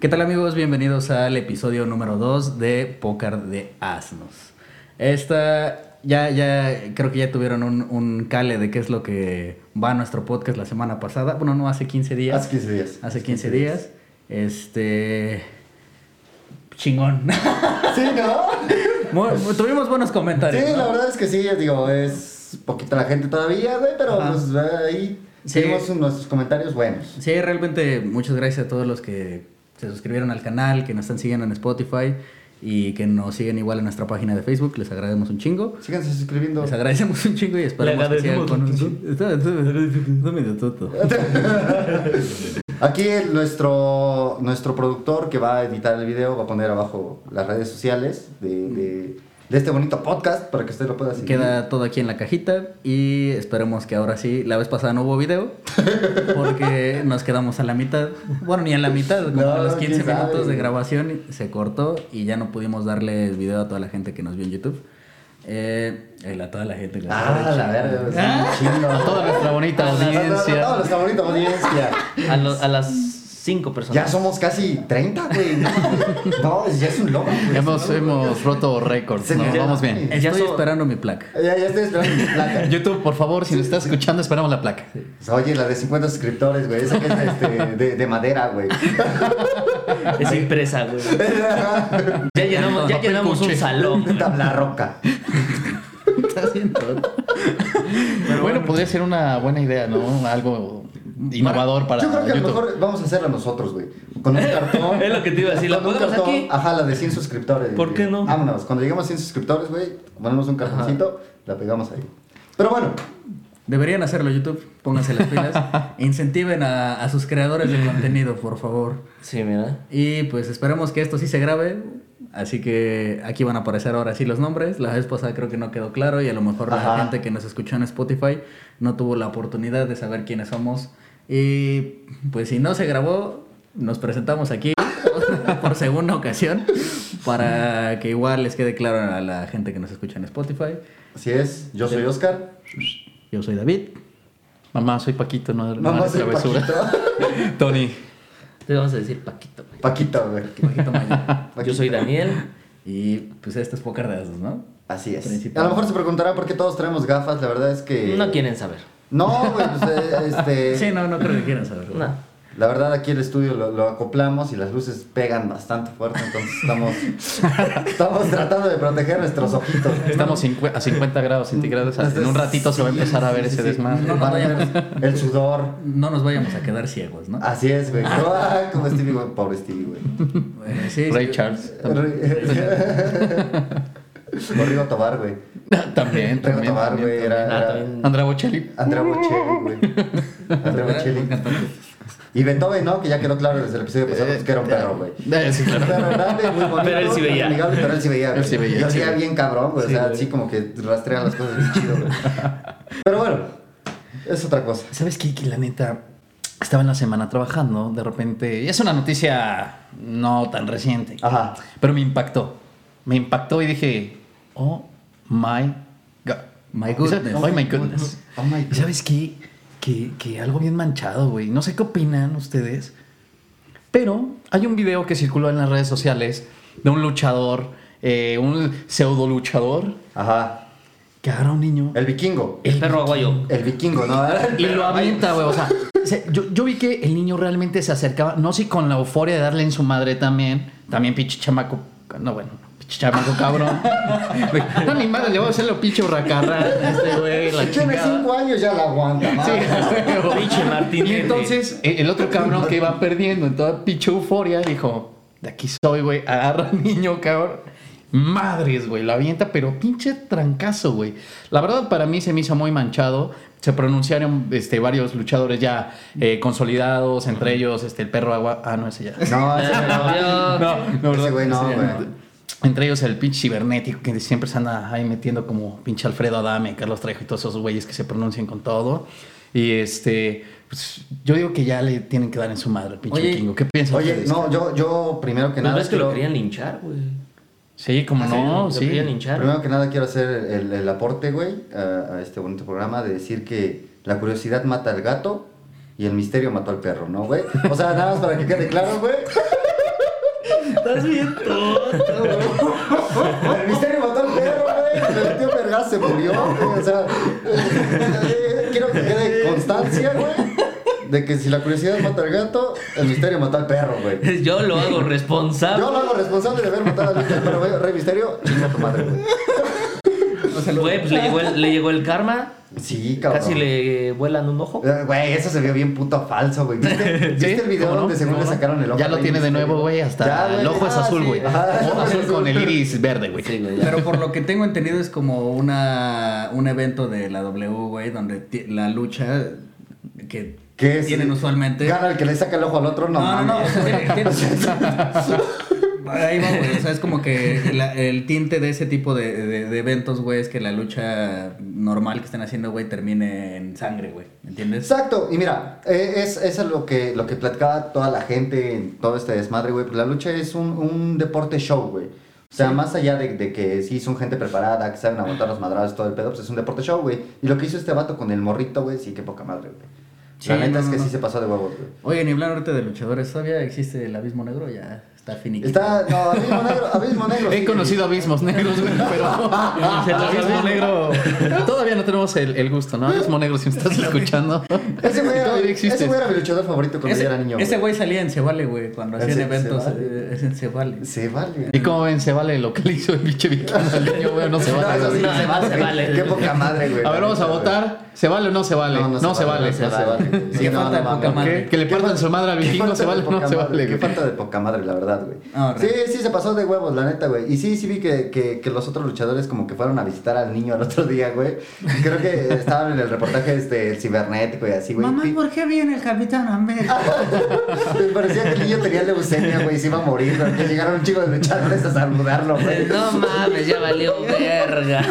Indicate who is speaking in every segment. Speaker 1: ¿Qué tal amigos? Bienvenidos al episodio número 2 de Pócar de Asnos. Esta, ya, ya, creo que ya tuvieron un, un cale de qué es lo que va a nuestro podcast la semana pasada. Bueno, no, hace 15 días.
Speaker 2: Hace 15 días.
Speaker 1: Hace 15 días. Este... Chingón.
Speaker 2: Sí, ¿no?
Speaker 1: Mu- mu- Tuvimos buenos comentarios.
Speaker 2: Sí,
Speaker 1: ¿no?
Speaker 2: la verdad es que sí, digo, es poquita la gente todavía, güey, pero
Speaker 1: Ajá.
Speaker 2: pues eh, ahí
Speaker 1: Sí.
Speaker 2: tenemos nuestros comentarios buenos.
Speaker 1: Sí, realmente muchas gracias a todos los que se suscribieron al canal, que nos están siguiendo en Spotify y que nos siguen igual en nuestra página de Facebook. Les agradecemos un chingo.
Speaker 2: Síganse suscribiendo.
Speaker 1: Les agradecemos un chingo y esperamos que sigan
Speaker 3: agradecemos
Speaker 1: con
Speaker 3: un
Speaker 1: nosotros. Está- está- está medio tonto.
Speaker 2: Aquí el- nuestro, nuestro productor que va a editar el video va a poner abajo las redes sociales de, de- de este bonito podcast para que usted lo pueda seguir.
Speaker 1: Queda todo aquí en la cajita y esperemos que ahora sí. La vez pasada no hubo video porque nos quedamos a la mitad. Bueno, ni a la mitad, como
Speaker 2: No,
Speaker 1: a los
Speaker 2: quién
Speaker 1: 15 minutos
Speaker 2: sabe.
Speaker 1: de grabación se cortó y ya no pudimos darle el video a toda la gente que nos vio en YouTube. Eh, el a toda la gente que nos vio
Speaker 2: Ah,
Speaker 1: en
Speaker 2: la
Speaker 1: YouTube.
Speaker 2: verga, es un chingo.
Speaker 3: A toda nuestra bonita audiencia.
Speaker 2: Toda nuestra bonita audiencia.
Speaker 3: A, lo- a las cinco
Speaker 2: Ya
Speaker 3: personas.
Speaker 2: somos casi 30, güey. No, No, ya es un loco. güey.
Speaker 4: Ya hemos, hemos roto récords,
Speaker 2: Se
Speaker 4: ¿no?
Speaker 2: me-
Speaker 4: Vamos bien.
Speaker 2: Ya
Speaker 1: Estoy
Speaker 3: so-
Speaker 1: esperando mi placa.
Speaker 2: Ya, ya estoy esperando mi placa.
Speaker 4: YouTube, por favor, si nos estás escuchando, esperamos la placa.
Speaker 2: Oye, la de 50 suscriptores, güey. Esa que es este, de, de madera, güey.
Speaker 3: Es impresa, güey. Ya llenamos, ya
Speaker 4: Papel
Speaker 3: llenamos un
Speaker 4: cuché.
Speaker 3: salón. güey.
Speaker 2: Tabla roca.
Speaker 1: Está haciendo-
Speaker 4: bueno, podría ser una buena idea, ¿no? Algo innovador para
Speaker 2: Yo creo que a lo
Speaker 4: YouTube.
Speaker 2: mejor vamos a hacerla nosotros, güey. Con un cartón.
Speaker 3: Es lo que te iba a decir, ¿la
Speaker 2: Con un
Speaker 3: ponemos
Speaker 2: cartón.
Speaker 3: aquí?
Speaker 2: Ajá, la de 100 suscriptores.
Speaker 3: ¿Por
Speaker 2: güey.
Speaker 3: qué no?
Speaker 2: Vámonos. Cuando lleguemos a 100 suscriptores, güey, ponemos un cartoncito, la pegamos ahí. Pero bueno,
Speaker 1: Deberían hacerlo YouTube, pónganse las pilas. Incentiven a, a sus creadores de contenido, por favor.
Speaker 3: Sí, mira.
Speaker 1: Y pues esperemos que esto sí se grabe. Así que aquí van a aparecer ahora sí los nombres. La vez pasada creo que no quedó claro y a lo mejor
Speaker 2: Ajá.
Speaker 1: la gente que nos escuchó en Spotify no tuvo la oportunidad de saber quiénes somos. Y pues si no se grabó, nos presentamos aquí por segunda ocasión para que igual les quede claro a la gente que nos escucha en Spotify.
Speaker 2: así es. Yo soy Oscar.
Speaker 1: Yo soy David.
Speaker 4: Mamá, soy Paquito, no, no,
Speaker 2: Mamá,
Speaker 4: hagas
Speaker 2: soy
Speaker 4: travesura.
Speaker 2: Paquito.
Speaker 4: Tony.
Speaker 3: Te vamos a decir Paquito, güey.
Speaker 2: Paquito, güey.
Speaker 1: Paquito Maya.
Speaker 3: Yo soy Daniel.
Speaker 1: Y pues este es Poker de Asos, ¿no?
Speaker 2: Así es.
Speaker 1: Principal.
Speaker 2: A lo mejor se preguntará por qué todos traemos gafas. La verdad es
Speaker 4: Eh,
Speaker 2: que.
Speaker 3: No quieren saber.
Speaker 2: No, güey, pues, eh, este.
Speaker 1: Sí, no, no creo que quieran saberlo.
Speaker 3: No.
Speaker 2: La verdad aquí el estudio lo, lo acoplamos y las luces pegan bastante fuerte, entonces estamos, estamos tratando de proteger nuestros ojitos.
Speaker 4: Estamos cincu- a 50 grados centígrados. En un ratito se va a empezar a ver ese desmadre.
Speaker 1: No, no,
Speaker 2: Van a
Speaker 1: vaya.
Speaker 2: ver el sudor.
Speaker 1: No nos vayamos a quedar ciegos, ¿no?
Speaker 2: Así es, güey. Ah, como Stevie, güey. Pobre Stevie, güey.
Speaker 1: Eh, sí,
Speaker 4: Ray
Speaker 1: sí.
Speaker 4: Charles.
Speaker 2: Corrido Tobar, güey.
Speaker 4: También,
Speaker 2: Rigo
Speaker 4: también.
Speaker 2: Tobar,
Speaker 4: también.
Speaker 2: güey. Era,
Speaker 3: Ah,
Speaker 2: era
Speaker 3: también.
Speaker 4: Andrea Bocelli.
Speaker 2: Andrea Bocelli, güey. Andrea
Speaker 1: Era
Speaker 2: Bocelli.
Speaker 1: buen cantante.
Speaker 2: Y Beethoven, ¿no? Que ya quedó claro desde el episodio pasado pues, que era un perro, güey.
Speaker 4: Eh, sí, claro.
Speaker 2: Claro, grande, muy bonito,
Speaker 3: Pero él sí veía.
Speaker 2: amigable, pero él sí veía.
Speaker 4: Él sí veía,
Speaker 2: Yo
Speaker 4: sí
Speaker 2: hacía
Speaker 4: veía.
Speaker 2: bien cabrón, güey. o sea, así como que rastrea las cosas bien chido, güey. Pero bueno, es otra cosa.
Speaker 4: ¿Sabes qué? Que la neta estaba en la semana trabajando, de repente, y es una noticia no tan reciente,
Speaker 2: Ajá.
Speaker 4: pero me impactó. Me impactó y dije, oh my god.
Speaker 1: My goodness.
Speaker 4: Oh my goodness.
Speaker 2: Oh my
Speaker 4: ¿Y ¿Sabes qué? Que, que algo bien manchado, güey. No sé qué opinan ustedes, pero hay un video que circuló en las redes sociales de un luchador, eh, un pseudo luchador,
Speaker 2: Ajá.
Speaker 4: que agarra a un niño
Speaker 2: El vikingo.
Speaker 3: El perro aguayo.
Speaker 2: El vikingo, ¿no?
Speaker 4: y lo avienta, güey. O sea, se- yo, yo vi que el niño realmente se acercaba. No sé si con la euforia de darle en su madre también. También pinche chamaco. No, bueno, pinche chamaco cabrón. Güey, no, ni madre, le voy a hacer lo pinche hurracarra a este güey. La
Speaker 2: Tiene
Speaker 4: chingada.
Speaker 2: cinco años, ya la aguanta. ¿no?
Speaker 4: Sí, güey.
Speaker 3: Pinche Martín.
Speaker 4: Y entonces eh, el otro cabrón que iba perdiendo en toda pinche euforia dijo: De aquí soy, güey. Agarra al niño, cabrón. Madres, güey. Lo avienta, pero pinche trancazo, güey. La verdad, para mí se me hizo muy manchado. Se pronunciaron este, varios luchadores ya eh, consolidados, entre ellos este, el perro agua. Ah, no, ese ya.
Speaker 2: No, ese güey no.
Speaker 3: Ah, no, yo-
Speaker 2: Ese güey no,
Speaker 4: ese
Speaker 2: güey.
Speaker 4: Entre ellos el pinche cibernético que siempre se anda ahí metiendo como pinche Alfredo Adame, Carlos Trejo y todos esos güeyes que se pronuncian con todo. Y este, pues, yo digo que ya le tienen que dar en su madre al pinche
Speaker 1: Oye,
Speaker 4: vikingo. ¿Qué piensas?
Speaker 2: Oye,
Speaker 4: ustedes?
Speaker 2: no, yo, yo primero que
Speaker 3: Pues
Speaker 2: nada.
Speaker 3: ves que lo
Speaker 2: quiero-
Speaker 3: querían linchar, güey.
Speaker 4: Sí,
Speaker 2: Ah,
Speaker 4: como no,
Speaker 3: Lo
Speaker 4: sí.
Speaker 3: querían linchar.
Speaker 2: Primero que nada quiero hacer el, el aporte, güey, a, a este bonito programa de decir que la curiosidad mata al gato y el misterio mató al perro, ¿no, güey? O sea, nada más para que quede claro, güey.
Speaker 3: Estás bien tonto, güey.
Speaker 2: El misterio mató al perro, güey. Le metió vergas, se murió, güey. O sea, eh, quiero que quede constancia, güey. De que si la curiosidad mata al gato, el misterio mató al perro, güey.
Speaker 3: Yo lo hago
Speaker 2: Yo
Speaker 3: responsable.
Speaker 2: lo hago responsable de haber matado al gato, pero, güey, re misterio, chinga tu madre, güey.
Speaker 3: Güey, pues le llegó el, le llegó el karma.
Speaker 2: Sí, cabrón.
Speaker 3: Casi le vuelan un ojo.
Speaker 2: Eh, Güey, eso se vio bien puto falso, güey. ¿Viste,
Speaker 4: Sí,
Speaker 2: viste el video
Speaker 4: ¿cómo no?
Speaker 2: donde según
Speaker 4: ¿Cómo
Speaker 2: le
Speaker 4: no?
Speaker 2: sacaron el ojo?
Speaker 4: Ya lo
Speaker 2: al
Speaker 4: tiene de
Speaker 2: misterio?
Speaker 4: nuevo, güey. Hasta
Speaker 2: Ya, güey,
Speaker 4: el ojo es
Speaker 2: ah,
Speaker 4: azul,
Speaker 2: sí,
Speaker 4: güey.
Speaker 2: ajá, el
Speaker 4: Ojo
Speaker 2: ojo es
Speaker 4: azul
Speaker 2: azul.
Speaker 4: con el iris verde, güey.
Speaker 3: Sí, güey. ya.
Speaker 1: Pero por lo que tengo entendido es como una, un evento de la W, güey, donde ti- la lucha que
Speaker 2: ¿Qué es?
Speaker 1: tienen usualmente...
Speaker 2: Gana el que le saca el ojo al otro, no,
Speaker 1: No, no, no. o
Speaker 2: mames.
Speaker 1: sea, tiene- tiene- Ahí va, güey. O sea, es como que la- el tinte de ese tipo de, de- de eventos, güey, es que la lucha normal que están haciendo, güey, termine en sangre, güey. ¿Entiendes?
Speaker 2: Exacto, y mira, eh, es, es a lo que, lo que platicaba toda la gente en todo este desmadre, güey. pues La lucha es un, un deporte show, güey. O sea, más allá de, de que sí son gente preparada, que saben aguantar los madrados, todo el pedo, pues es un deporte show, güey. Y lo que hizo este vato con el morrito, güey, sí, qué poca madre, güey.
Speaker 1: Sí,
Speaker 2: La neta
Speaker 1: no,
Speaker 2: es
Speaker 1: no,
Speaker 2: que
Speaker 1: no.
Speaker 2: sí se pasó de huevos, güey.
Speaker 1: Oye, ni hablar ahorita de luchadores. ¿Todavía existe el abismo negro? Ya está finiquito.
Speaker 2: Está, no, Abismo Negro, Abismo Negro. sí,
Speaker 4: He conocido abismos negros, güey, pero el abismo Ah, negro. Todavía no tenemos el, el gusto, ¿no? Abismo negro, si me estás escuchando.
Speaker 2: Ese güey, era,
Speaker 4: todavía
Speaker 2: ese
Speaker 4: existe.
Speaker 2: güey era mi luchador favorito cuando
Speaker 1: Ese,
Speaker 2: yo era niño.
Speaker 1: ese
Speaker 2: güey.
Speaker 1: güey salía en Se Vale, güey, cuando
Speaker 2: En
Speaker 1: hacían
Speaker 2: Se-
Speaker 1: eventos.
Speaker 2: Se Vale.
Speaker 1: eh, Es en Se Vale.
Speaker 2: Se vale.
Speaker 4: Y como ven, se vale lo que le hizo el pinche vikingo al niño, güey, no se vale.
Speaker 2: No, eso sí,
Speaker 3: No,
Speaker 2: se
Speaker 3: no
Speaker 2: vale.
Speaker 3: se
Speaker 2: güey.
Speaker 3: vale.
Speaker 2: Qué poca madre, güey.
Speaker 4: A ver,
Speaker 2: la
Speaker 4: vamos a
Speaker 2: neta, güey.
Speaker 4: votar. ¿Se vale o no se vale? No, se, vale.
Speaker 2: No se vale. güey.
Speaker 1: Sí,
Speaker 2: Sí, no,
Speaker 1: falta
Speaker 2: no
Speaker 1: de poca
Speaker 2: mames.
Speaker 1: madre.
Speaker 4: Que- que le
Speaker 2: Qué
Speaker 4: partan
Speaker 2: falta-
Speaker 4: su madre al
Speaker 2: qué
Speaker 4: vikingo,
Speaker 2: falta
Speaker 4: se
Speaker 2: de
Speaker 4: vale o no
Speaker 2: poca
Speaker 4: se
Speaker 2: madre,
Speaker 4: vale.
Speaker 2: Qué
Speaker 4: güey.
Speaker 2: falta de poca madre, la verdad, güey.
Speaker 1: Ah,
Speaker 2: Sí,
Speaker 1: right.
Speaker 2: sí, se pasó de huevos, la neta, güey. Y sí, sí vi que, que, que los otros luchadores como que fueron a visitar al niño al otro día, güey. Creo que estaban en el reportaje este, el cibernético y así, güey.
Speaker 1: Mamá,
Speaker 2: Y-
Speaker 1: ¿por qué viene el Capitán América?
Speaker 2: Me parecía que el niño tenía leucemia, güey, se iba a morir, güey. Que llegaron un chico de luchadores a saludarlo, güey.
Speaker 3: No mames, ya valió verga.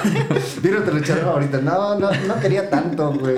Speaker 2: Dieron tu luchador ahorita. No, no, no quería tanto, güey.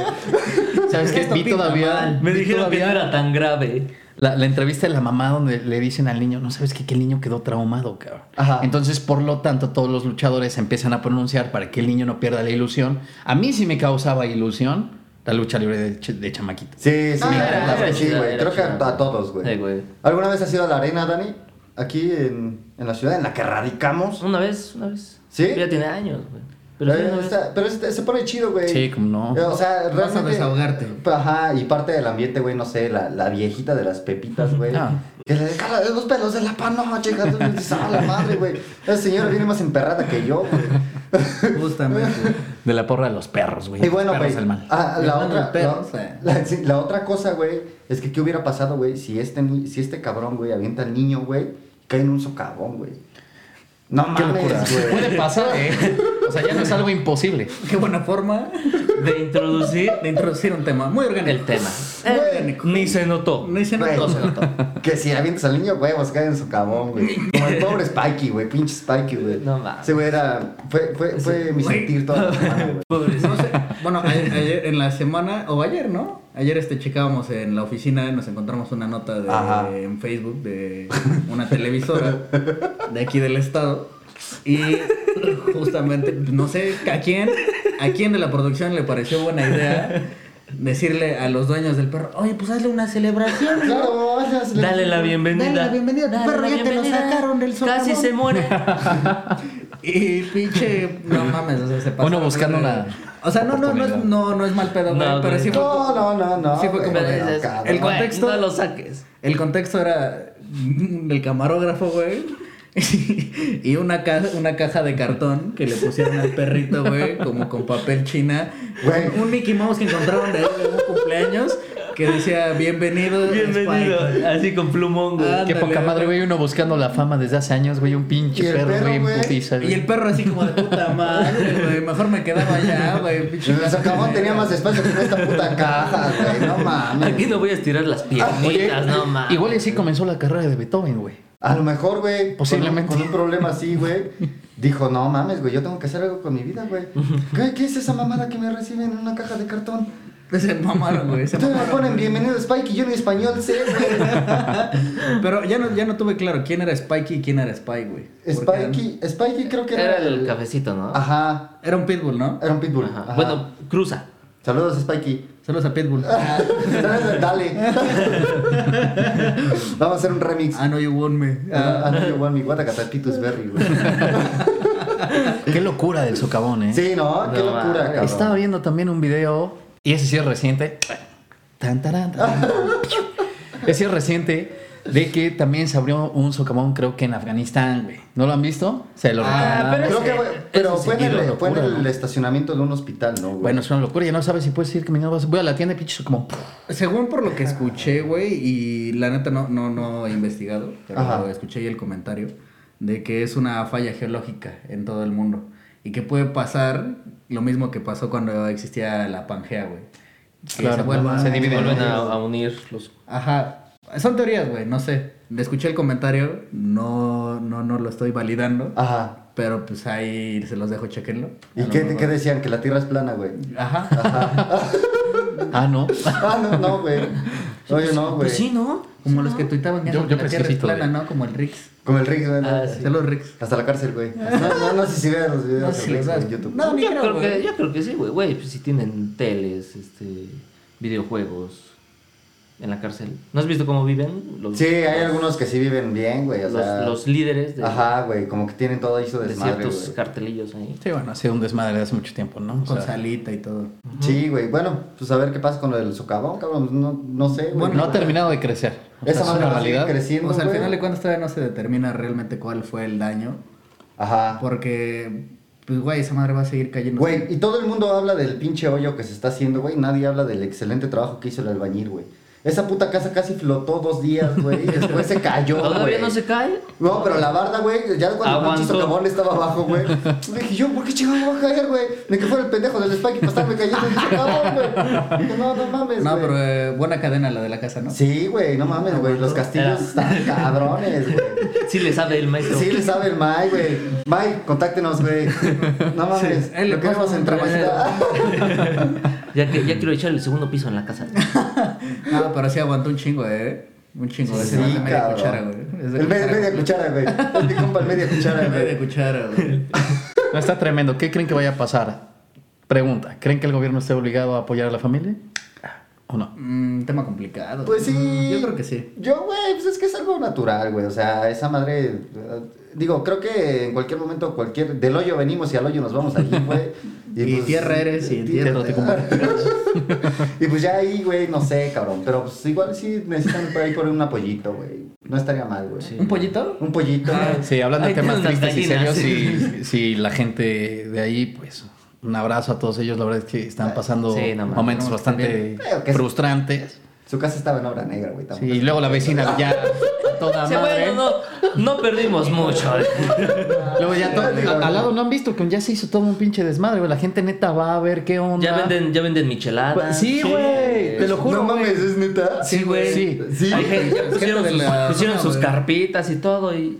Speaker 4: ¿Sabes qué?
Speaker 1: Esto
Speaker 4: Vi
Speaker 1: pinta
Speaker 4: todavía.
Speaker 1: mal.
Speaker 3: Me
Speaker 4: vi
Speaker 3: dijeron que
Speaker 4: todavía
Speaker 3: no era tan grave.
Speaker 4: La, la entrevista de la mamá donde le dicen al niño, no sabes qué, que el niño quedó traumado, cabrón.
Speaker 2: Ajá.
Speaker 4: Entonces, por lo tanto, todos los luchadores empiezan a pronunciar para que el niño no pierda la ilusión. A mí sí me causaba ilusión la lucha libre de, ch- de chamaquito.
Speaker 2: Sí, sí,
Speaker 3: Ah,
Speaker 2: la
Speaker 3: era-
Speaker 2: verdad
Speaker 3: era
Speaker 2: que sí,
Speaker 3: chida,
Speaker 2: güey.
Speaker 3: era
Speaker 2: Creo que a,
Speaker 3: chida.
Speaker 2: a todos,
Speaker 3: Sí,
Speaker 2: güey.
Speaker 3: güey.
Speaker 2: ¿Alguna vez has ido a la arena, Dani? Aquí en, en la ciudad en la que radicamos.
Speaker 3: Una vez, una vez.
Speaker 2: ¿Sí?
Speaker 3: Ya tiene años, güey. Pero
Speaker 2: Pero,
Speaker 3: sí, una vez.
Speaker 2: está- pero este- se pone chido, güey.
Speaker 4: Sí, como no.
Speaker 2: O sea, realmente.
Speaker 1: desahogarte.
Speaker 2: Ajá, y parte del ambiente, güey, no sé, la, la viejita de las pepitas, güey.
Speaker 4: Ah.
Speaker 2: Que le deja la- los pelos de la panocha, chica. a la madre, güey. Esa señora viene más emperrada que yo, güey.
Speaker 1: Justamente.
Speaker 4: De la porra de los perros, güey.
Speaker 2: Y bueno,
Speaker 4: Los perros
Speaker 2: güey.
Speaker 4: del mal.
Speaker 2: ah, la,
Speaker 1: Hablando
Speaker 2: otra,
Speaker 1: de perros,
Speaker 2: la,
Speaker 1: eh.
Speaker 2: la- sí, la otra cosa, güey, es que qué hubiera pasado, güey, si este, ni- si este cabrón, güey, avienta al niño, güey, cae en un socavón, güey. No
Speaker 4: Qué
Speaker 2: mames,
Speaker 4: locura.
Speaker 2: güey.
Speaker 4: Puede pasar, ¿eh? O sea, ya no es algo imposible.
Speaker 1: Qué buena forma
Speaker 3: De introducir
Speaker 1: de introducir un tema. Muy orgánico.
Speaker 3: el tema. Eh,
Speaker 1: Muy orgánico.
Speaker 3: Ni se notó.
Speaker 1: No hice
Speaker 2: Güey,
Speaker 1: nada.
Speaker 2: Que si avientas al niño, güey, pues cae en socavón, güey. Como el pobre Spikey, güey, pinche Spikey, güey.
Speaker 3: No mames.
Speaker 2: Ese güey era. Fue, fue, fue mi
Speaker 1: Güey.
Speaker 2: sentir toda la semana, güey.
Speaker 1: No sé, bueno, a- ayer en la semana, o ayer, ¿no? Ayer este, checábamos en la oficina, nos encontramos una nota de-
Speaker 2: Ajá.
Speaker 1: en Facebook de una televisora de aquí del estado. Y justamente, no sé a quién, a quién de la producción le pareció buena idea decirle a los dueños del perro, oye, pues hazle una celebración. ¿no?
Speaker 2: Claro, hazle-
Speaker 3: Dale la bienvenida.
Speaker 1: Dale la bienvenida,
Speaker 3: Dale
Speaker 1: perro,
Speaker 3: la
Speaker 1: ya te lo
Speaker 3: bienvenida.
Speaker 1: sacaron del
Speaker 3: Casi
Speaker 1: socavón.
Speaker 3: se muere.
Speaker 1: Y pinche, no mames, o sea, se pasó.
Speaker 4: Uno buscando una
Speaker 1: O sea, no, no, no es, no, no es mal pedo, güey,
Speaker 3: No,
Speaker 1: pero
Speaker 3: güey.
Speaker 1: sí fue
Speaker 2: No, no, no, no.
Speaker 1: Sí, fue
Speaker 2: güey,
Speaker 1: como
Speaker 2: no,
Speaker 1: de-
Speaker 2: no,
Speaker 1: es-
Speaker 2: cabrón.
Speaker 1: el
Speaker 3: Güey,
Speaker 1: contexto-
Speaker 3: No lo saques.
Speaker 1: El contexto era mm, el camarógrafo, güey. Y una, ca- una caja de cartón que le pusieron al perrito, güey, como con papel china.
Speaker 2: Güey.
Speaker 1: Un Mickey Mouse que encontraron de ahí de un cumpleaños que decía, bienvenido.
Speaker 3: Bienvenido.
Speaker 1: Spike".
Speaker 3: Así con plumón, güey.
Speaker 1: Ah,
Speaker 4: Qué
Speaker 1: Ándale,
Speaker 4: poca
Speaker 1: güey.
Speaker 4: madre, güey. Uno buscando la fama desde hace años, güey. Un
Speaker 2: Y
Speaker 4: pinche
Speaker 2: el
Speaker 4: perro,
Speaker 2: perro,
Speaker 4: güey, en
Speaker 2: güey.
Speaker 4: putiza,
Speaker 1: Y
Speaker 4: güey.
Speaker 1: el perro así como de puta madre, güey. Mejor me quedaba allá, güey. pinche
Speaker 2: En el socavón
Speaker 1: madre.
Speaker 2: tenía más espacio que en esta puta caja, güey. No mames.
Speaker 3: Aquí no voy a estirar las piernitas, no mames.
Speaker 4: Igual y así comenzó la carrera de Beethoven, güey.
Speaker 2: A lo mejor, güey,
Speaker 4: Posiblemente.
Speaker 2: Con un, con un problema así, güey. Dijo, no mames, güey, yo tengo que hacer algo con mi vida, güey. ¿Qué, qué es esa mamada que me reciben en una caja de cartón?
Speaker 1: Se mamaron, güey. Se
Speaker 2: Ustedes me
Speaker 1: mamaron,
Speaker 2: ponen
Speaker 1: güey.
Speaker 2: bienvenido Spike y yo en español sé, güey.
Speaker 1: Pero ya no, ya no tuve claro quién era Spikey y quién era Spike, güey. Porque eran-
Speaker 2: Spikey, Spikey creo que era,
Speaker 3: Era el cafecito, ¿no?
Speaker 2: Ajá,
Speaker 1: Era un pitbull, ¿no?
Speaker 2: era un pitbull.
Speaker 3: Ajá.
Speaker 2: ajá.
Speaker 3: Bueno, cruza.
Speaker 2: Saludos, Spikey.
Speaker 1: Saludos a Pitbull.
Speaker 2: Ah. Dale. Dale. Vamos a hacer un remix.
Speaker 1: Ah, no, you want me.
Speaker 2: Ah, no, you want me. Guatacata, Titus Berry, güey.
Speaker 4: Qué locura del socavón, ¿eh?
Speaker 2: Sí, ¿no? Qué
Speaker 3: No,
Speaker 2: locura,
Speaker 3: madre.
Speaker 2: cabrón.
Speaker 4: Estaba viendo también un video, y ese sí es reciente. Tan, taran, tan. ese sí es reciente de que también se abrió un socavón, creo que en Afganistán, güey. ¿No lo han visto? Se lo
Speaker 3: Ah,
Speaker 4: recomendamos.
Speaker 2: Creo
Speaker 3: es
Speaker 2: que,
Speaker 3: que-
Speaker 2: güey, pero
Speaker 4: eso
Speaker 2: fue en
Speaker 4: sí,
Speaker 2: el,
Speaker 4: lo
Speaker 2: fue en
Speaker 4: locura,
Speaker 2: el
Speaker 4: ¿no?
Speaker 2: estacionamiento de un hospital, ¿no? güey?
Speaker 4: Bueno, es una locura, ya no sabes si puedes ir caminando. vas- Voy a la tienda, pinche, como. ¡puf!
Speaker 1: Según por lo que escuché, güey, y la neta no, no, no he investigado, pero
Speaker 2: Ajá.
Speaker 1: escuché ahí el comentario de que es una falla geológica en todo el mundo y que puede pasar lo mismo que pasó cuando existía la Pangea, güey. Que
Speaker 4: Claro,
Speaker 1: se vuelvan-
Speaker 4: se
Speaker 3: Y
Speaker 4: dividen.
Speaker 3: vuelven a, a unir los.
Speaker 1: Ajá. Son teorías, güey, no sé. Escuché el comentario, no, no, no lo estoy validando,
Speaker 2: Ajá.
Speaker 1: pero pues ahí se los dejo, chequenlo.
Speaker 2: ¿Y qué, qué decían? Que la tierra es plana, güey.
Speaker 1: Ajá.
Speaker 4: Ah, no.
Speaker 2: Ah, no, no, güey. Oye, no, güey.
Speaker 4: Pues sí, ¿no?
Speaker 1: Como los que tuitaban
Speaker 4: Yo-
Speaker 1: ¿no?
Speaker 4: yo
Speaker 1: la
Speaker 4: pensé
Speaker 1: tierra
Speaker 4: que
Speaker 1: es
Speaker 4: sí, todavía.
Speaker 1: plana, ¿no? Como el Rix.
Speaker 2: Como el Riggs, güey. ¿no?
Speaker 4: Ah,
Speaker 1: Saludos, Rix.
Speaker 2: Hasta la cárcel, güey. No, no, no sé si vean los videos
Speaker 1: Ah. No
Speaker 2: de
Speaker 1: sé si los
Speaker 2: Riggs, güey, en
Speaker 1: veas.
Speaker 2: YouTube.
Speaker 1: No, ni
Speaker 3: yo,
Speaker 1: creo,
Speaker 3: creo que,
Speaker 1: güey.
Speaker 3: yo creo que sí, güey. Güey, pues si tienen teles, este, videojuegos en la cárcel. ¿No has visto cómo viven? Los,
Speaker 2: Sí, hay algunos que sí viven bien, güey. O
Speaker 3: Los,
Speaker 2: sea,
Speaker 3: los líderes de,
Speaker 2: Ajá, güey. Como que tienen todo eso de
Speaker 3: de
Speaker 2: desmadre,
Speaker 3: ciertos
Speaker 2: güey.
Speaker 3: cartelillos ahí.
Speaker 4: Sí, bueno, ha sido un desmadre hace mucho tiempo, ¿no? O
Speaker 1: Con
Speaker 4: sea,
Speaker 1: salita y todo.
Speaker 2: Sí, güey. Bueno, pues a ver qué pasa con lo del socavón, cabrón. pues No, no sé, güey.
Speaker 4: no ha terminado de crecer. O sea,
Speaker 2: Esa
Speaker 4: es
Speaker 2: madre
Speaker 4: una
Speaker 2: va a seguir
Speaker 4: realidad.
Speaker 2: creciendo,
Speaker 1: O sea, al
Speaker 2: güey.
Speaker 1: final de cuentas todavía no se determina realmente cuál fue el daño.
Speaker 2: Ajá.
Speaker 1: Porque, pues, güey, esa madre va a seguir cayendo.
Speaker 2: Güey, y todo el mundo habla del pinche hoyo que se está haciendo, güey. Nadie habla del excelente trabajo que hizo el albañil, güey. Esa puta casa casi flotó dos días, güey. Y después se cayó, güey.
Speaker 3: ¿Todavía no se cae?
Speaker 2: No, pero la barda, güey, ya cuando el pinche
Speaker 3: Aguantó.
Speaker 2: socavón estaba abajo, güey. Dije yo, ¿por qué chingado me voy a caer, güey? De que fuera el pendejo del Spike y para estarme cayendo en el socavón, güey. Dije, No, no mames,
Speaker 1: No,
Speaker 2: güey.
Speaker 1: pero eh, buena cadena la de la casa, ¿no?
Speaker 2: Sí, güey, no mames, güey. Los castillos están cabrones, güey.
Speaker 3: Sí le sabe el maestro.
Speaker 2: Sí, le sabe el Mike, güey. Mike, contáctenos, güey. No mames,
Speaker 1: Sí, él le
Speaker 2: lo queremos
Speaker 1: pasa un
Speaker 2: en trabajita.
Speaker 3: Ya, que, ya quiero echar el segundo piso en la casa.
Speaker 1: No, pero sí aguantó un chingo, ¿eh? Un chingo.
Speaker 2: Sí,
Speaker 1: Ese es de media
Speaker 2: cabrón.
Speaker 1: cuchara, güey. Es de
Speaker 2: El media,
Speaker 1: cuchara.
Speaker 2: media cuchara, güey. Es mi compa el media cuchara,
Speaker 1: Media
Speaker 2: güey.
Speaker 1: cuchara, güey.
Speaker 4: No, está tremendo. ¿Qué creen que vaya a pasar? Pregunta. ¿Creen que el gobierno esté obligado a apoyar a la familia? ¿O no?
Speaker 1: Mm, tema complicado.
Speaker 2: Pues sí.
Speaker 1: Mm, Yo creo que sí.
Speaker 2: Yo, güey, pues es que es algo natural, güey. O sea, esa madre. eh, Digo, creo que en cualquier momento, cualquier. Del hoyo venimos y al hoyo nos vamos aquí, güey. pues
Speaker 1: Y tierra eres y en tierra te
Speaker 2: Y pues ya ahí, güey, no sé, cabrón. Pero pues igual sí necesitan por ahí por un apoyito, güey. No estaría mal, güey.
Speaker 3: Sí.
Speaker 1: ¿Un pollito?
Speaker 2: Un pollito. güey.
Speaker 4: Sí, hablando de
Speaker 3: Ahí
Speaker 4: temas
Speaker 3: tienen las
Speaker 4: tristes y serios,
Speaker 3: gallinas.
Speaker 4: si, la gente de ahí, pues un abrazo a todos ellos. La verdad es que están pasando
Speaker 3: Sí, no mames.
Speaker 4: momentos
Speaker 1: No,
Speaker 4: bastante
Speaker 2: Creo que sí.
Speaker 4: frustrantes.
Speaker 2: Su casa estaba en obra negra, güey.
Speaker 4: Sí,
Speaker 2: tampoco.
Speaker 4: y luego la vecina ya a toda
Speaker 3: Sí,
Speaker 4: madre.
Speaker 3: bueno, no, no perdimos mucho.
Speaker 4: Luego ya todo-
Speaker 2: Digo,
Speaker 4: a- al lado no han visto que ya se hizo todo un pinche desmadre, güey. La gente neta va a ver qué onda.
Speaker 3: Ya venden, ya venden micheladas.
Speaker 4: Sí, güey, te lo juro.
Speaker 2: No
Speaker 4: güey.
Speaker 2: mames, es neta.
Speaker 3: Sí, güey.
Speaker 4: Sí.
Speaker 2: Sí.
Speaker 3: Hay gente- ya pusieron
Speaker 1: Gente de
Speaker 3: sus,
Speaker 1: la
Speaker 3: pusieron
Speaker 1: zona,
Speaker 3: sus
Speaker 1: güey.
Speaker 3: carpitas y todo. Y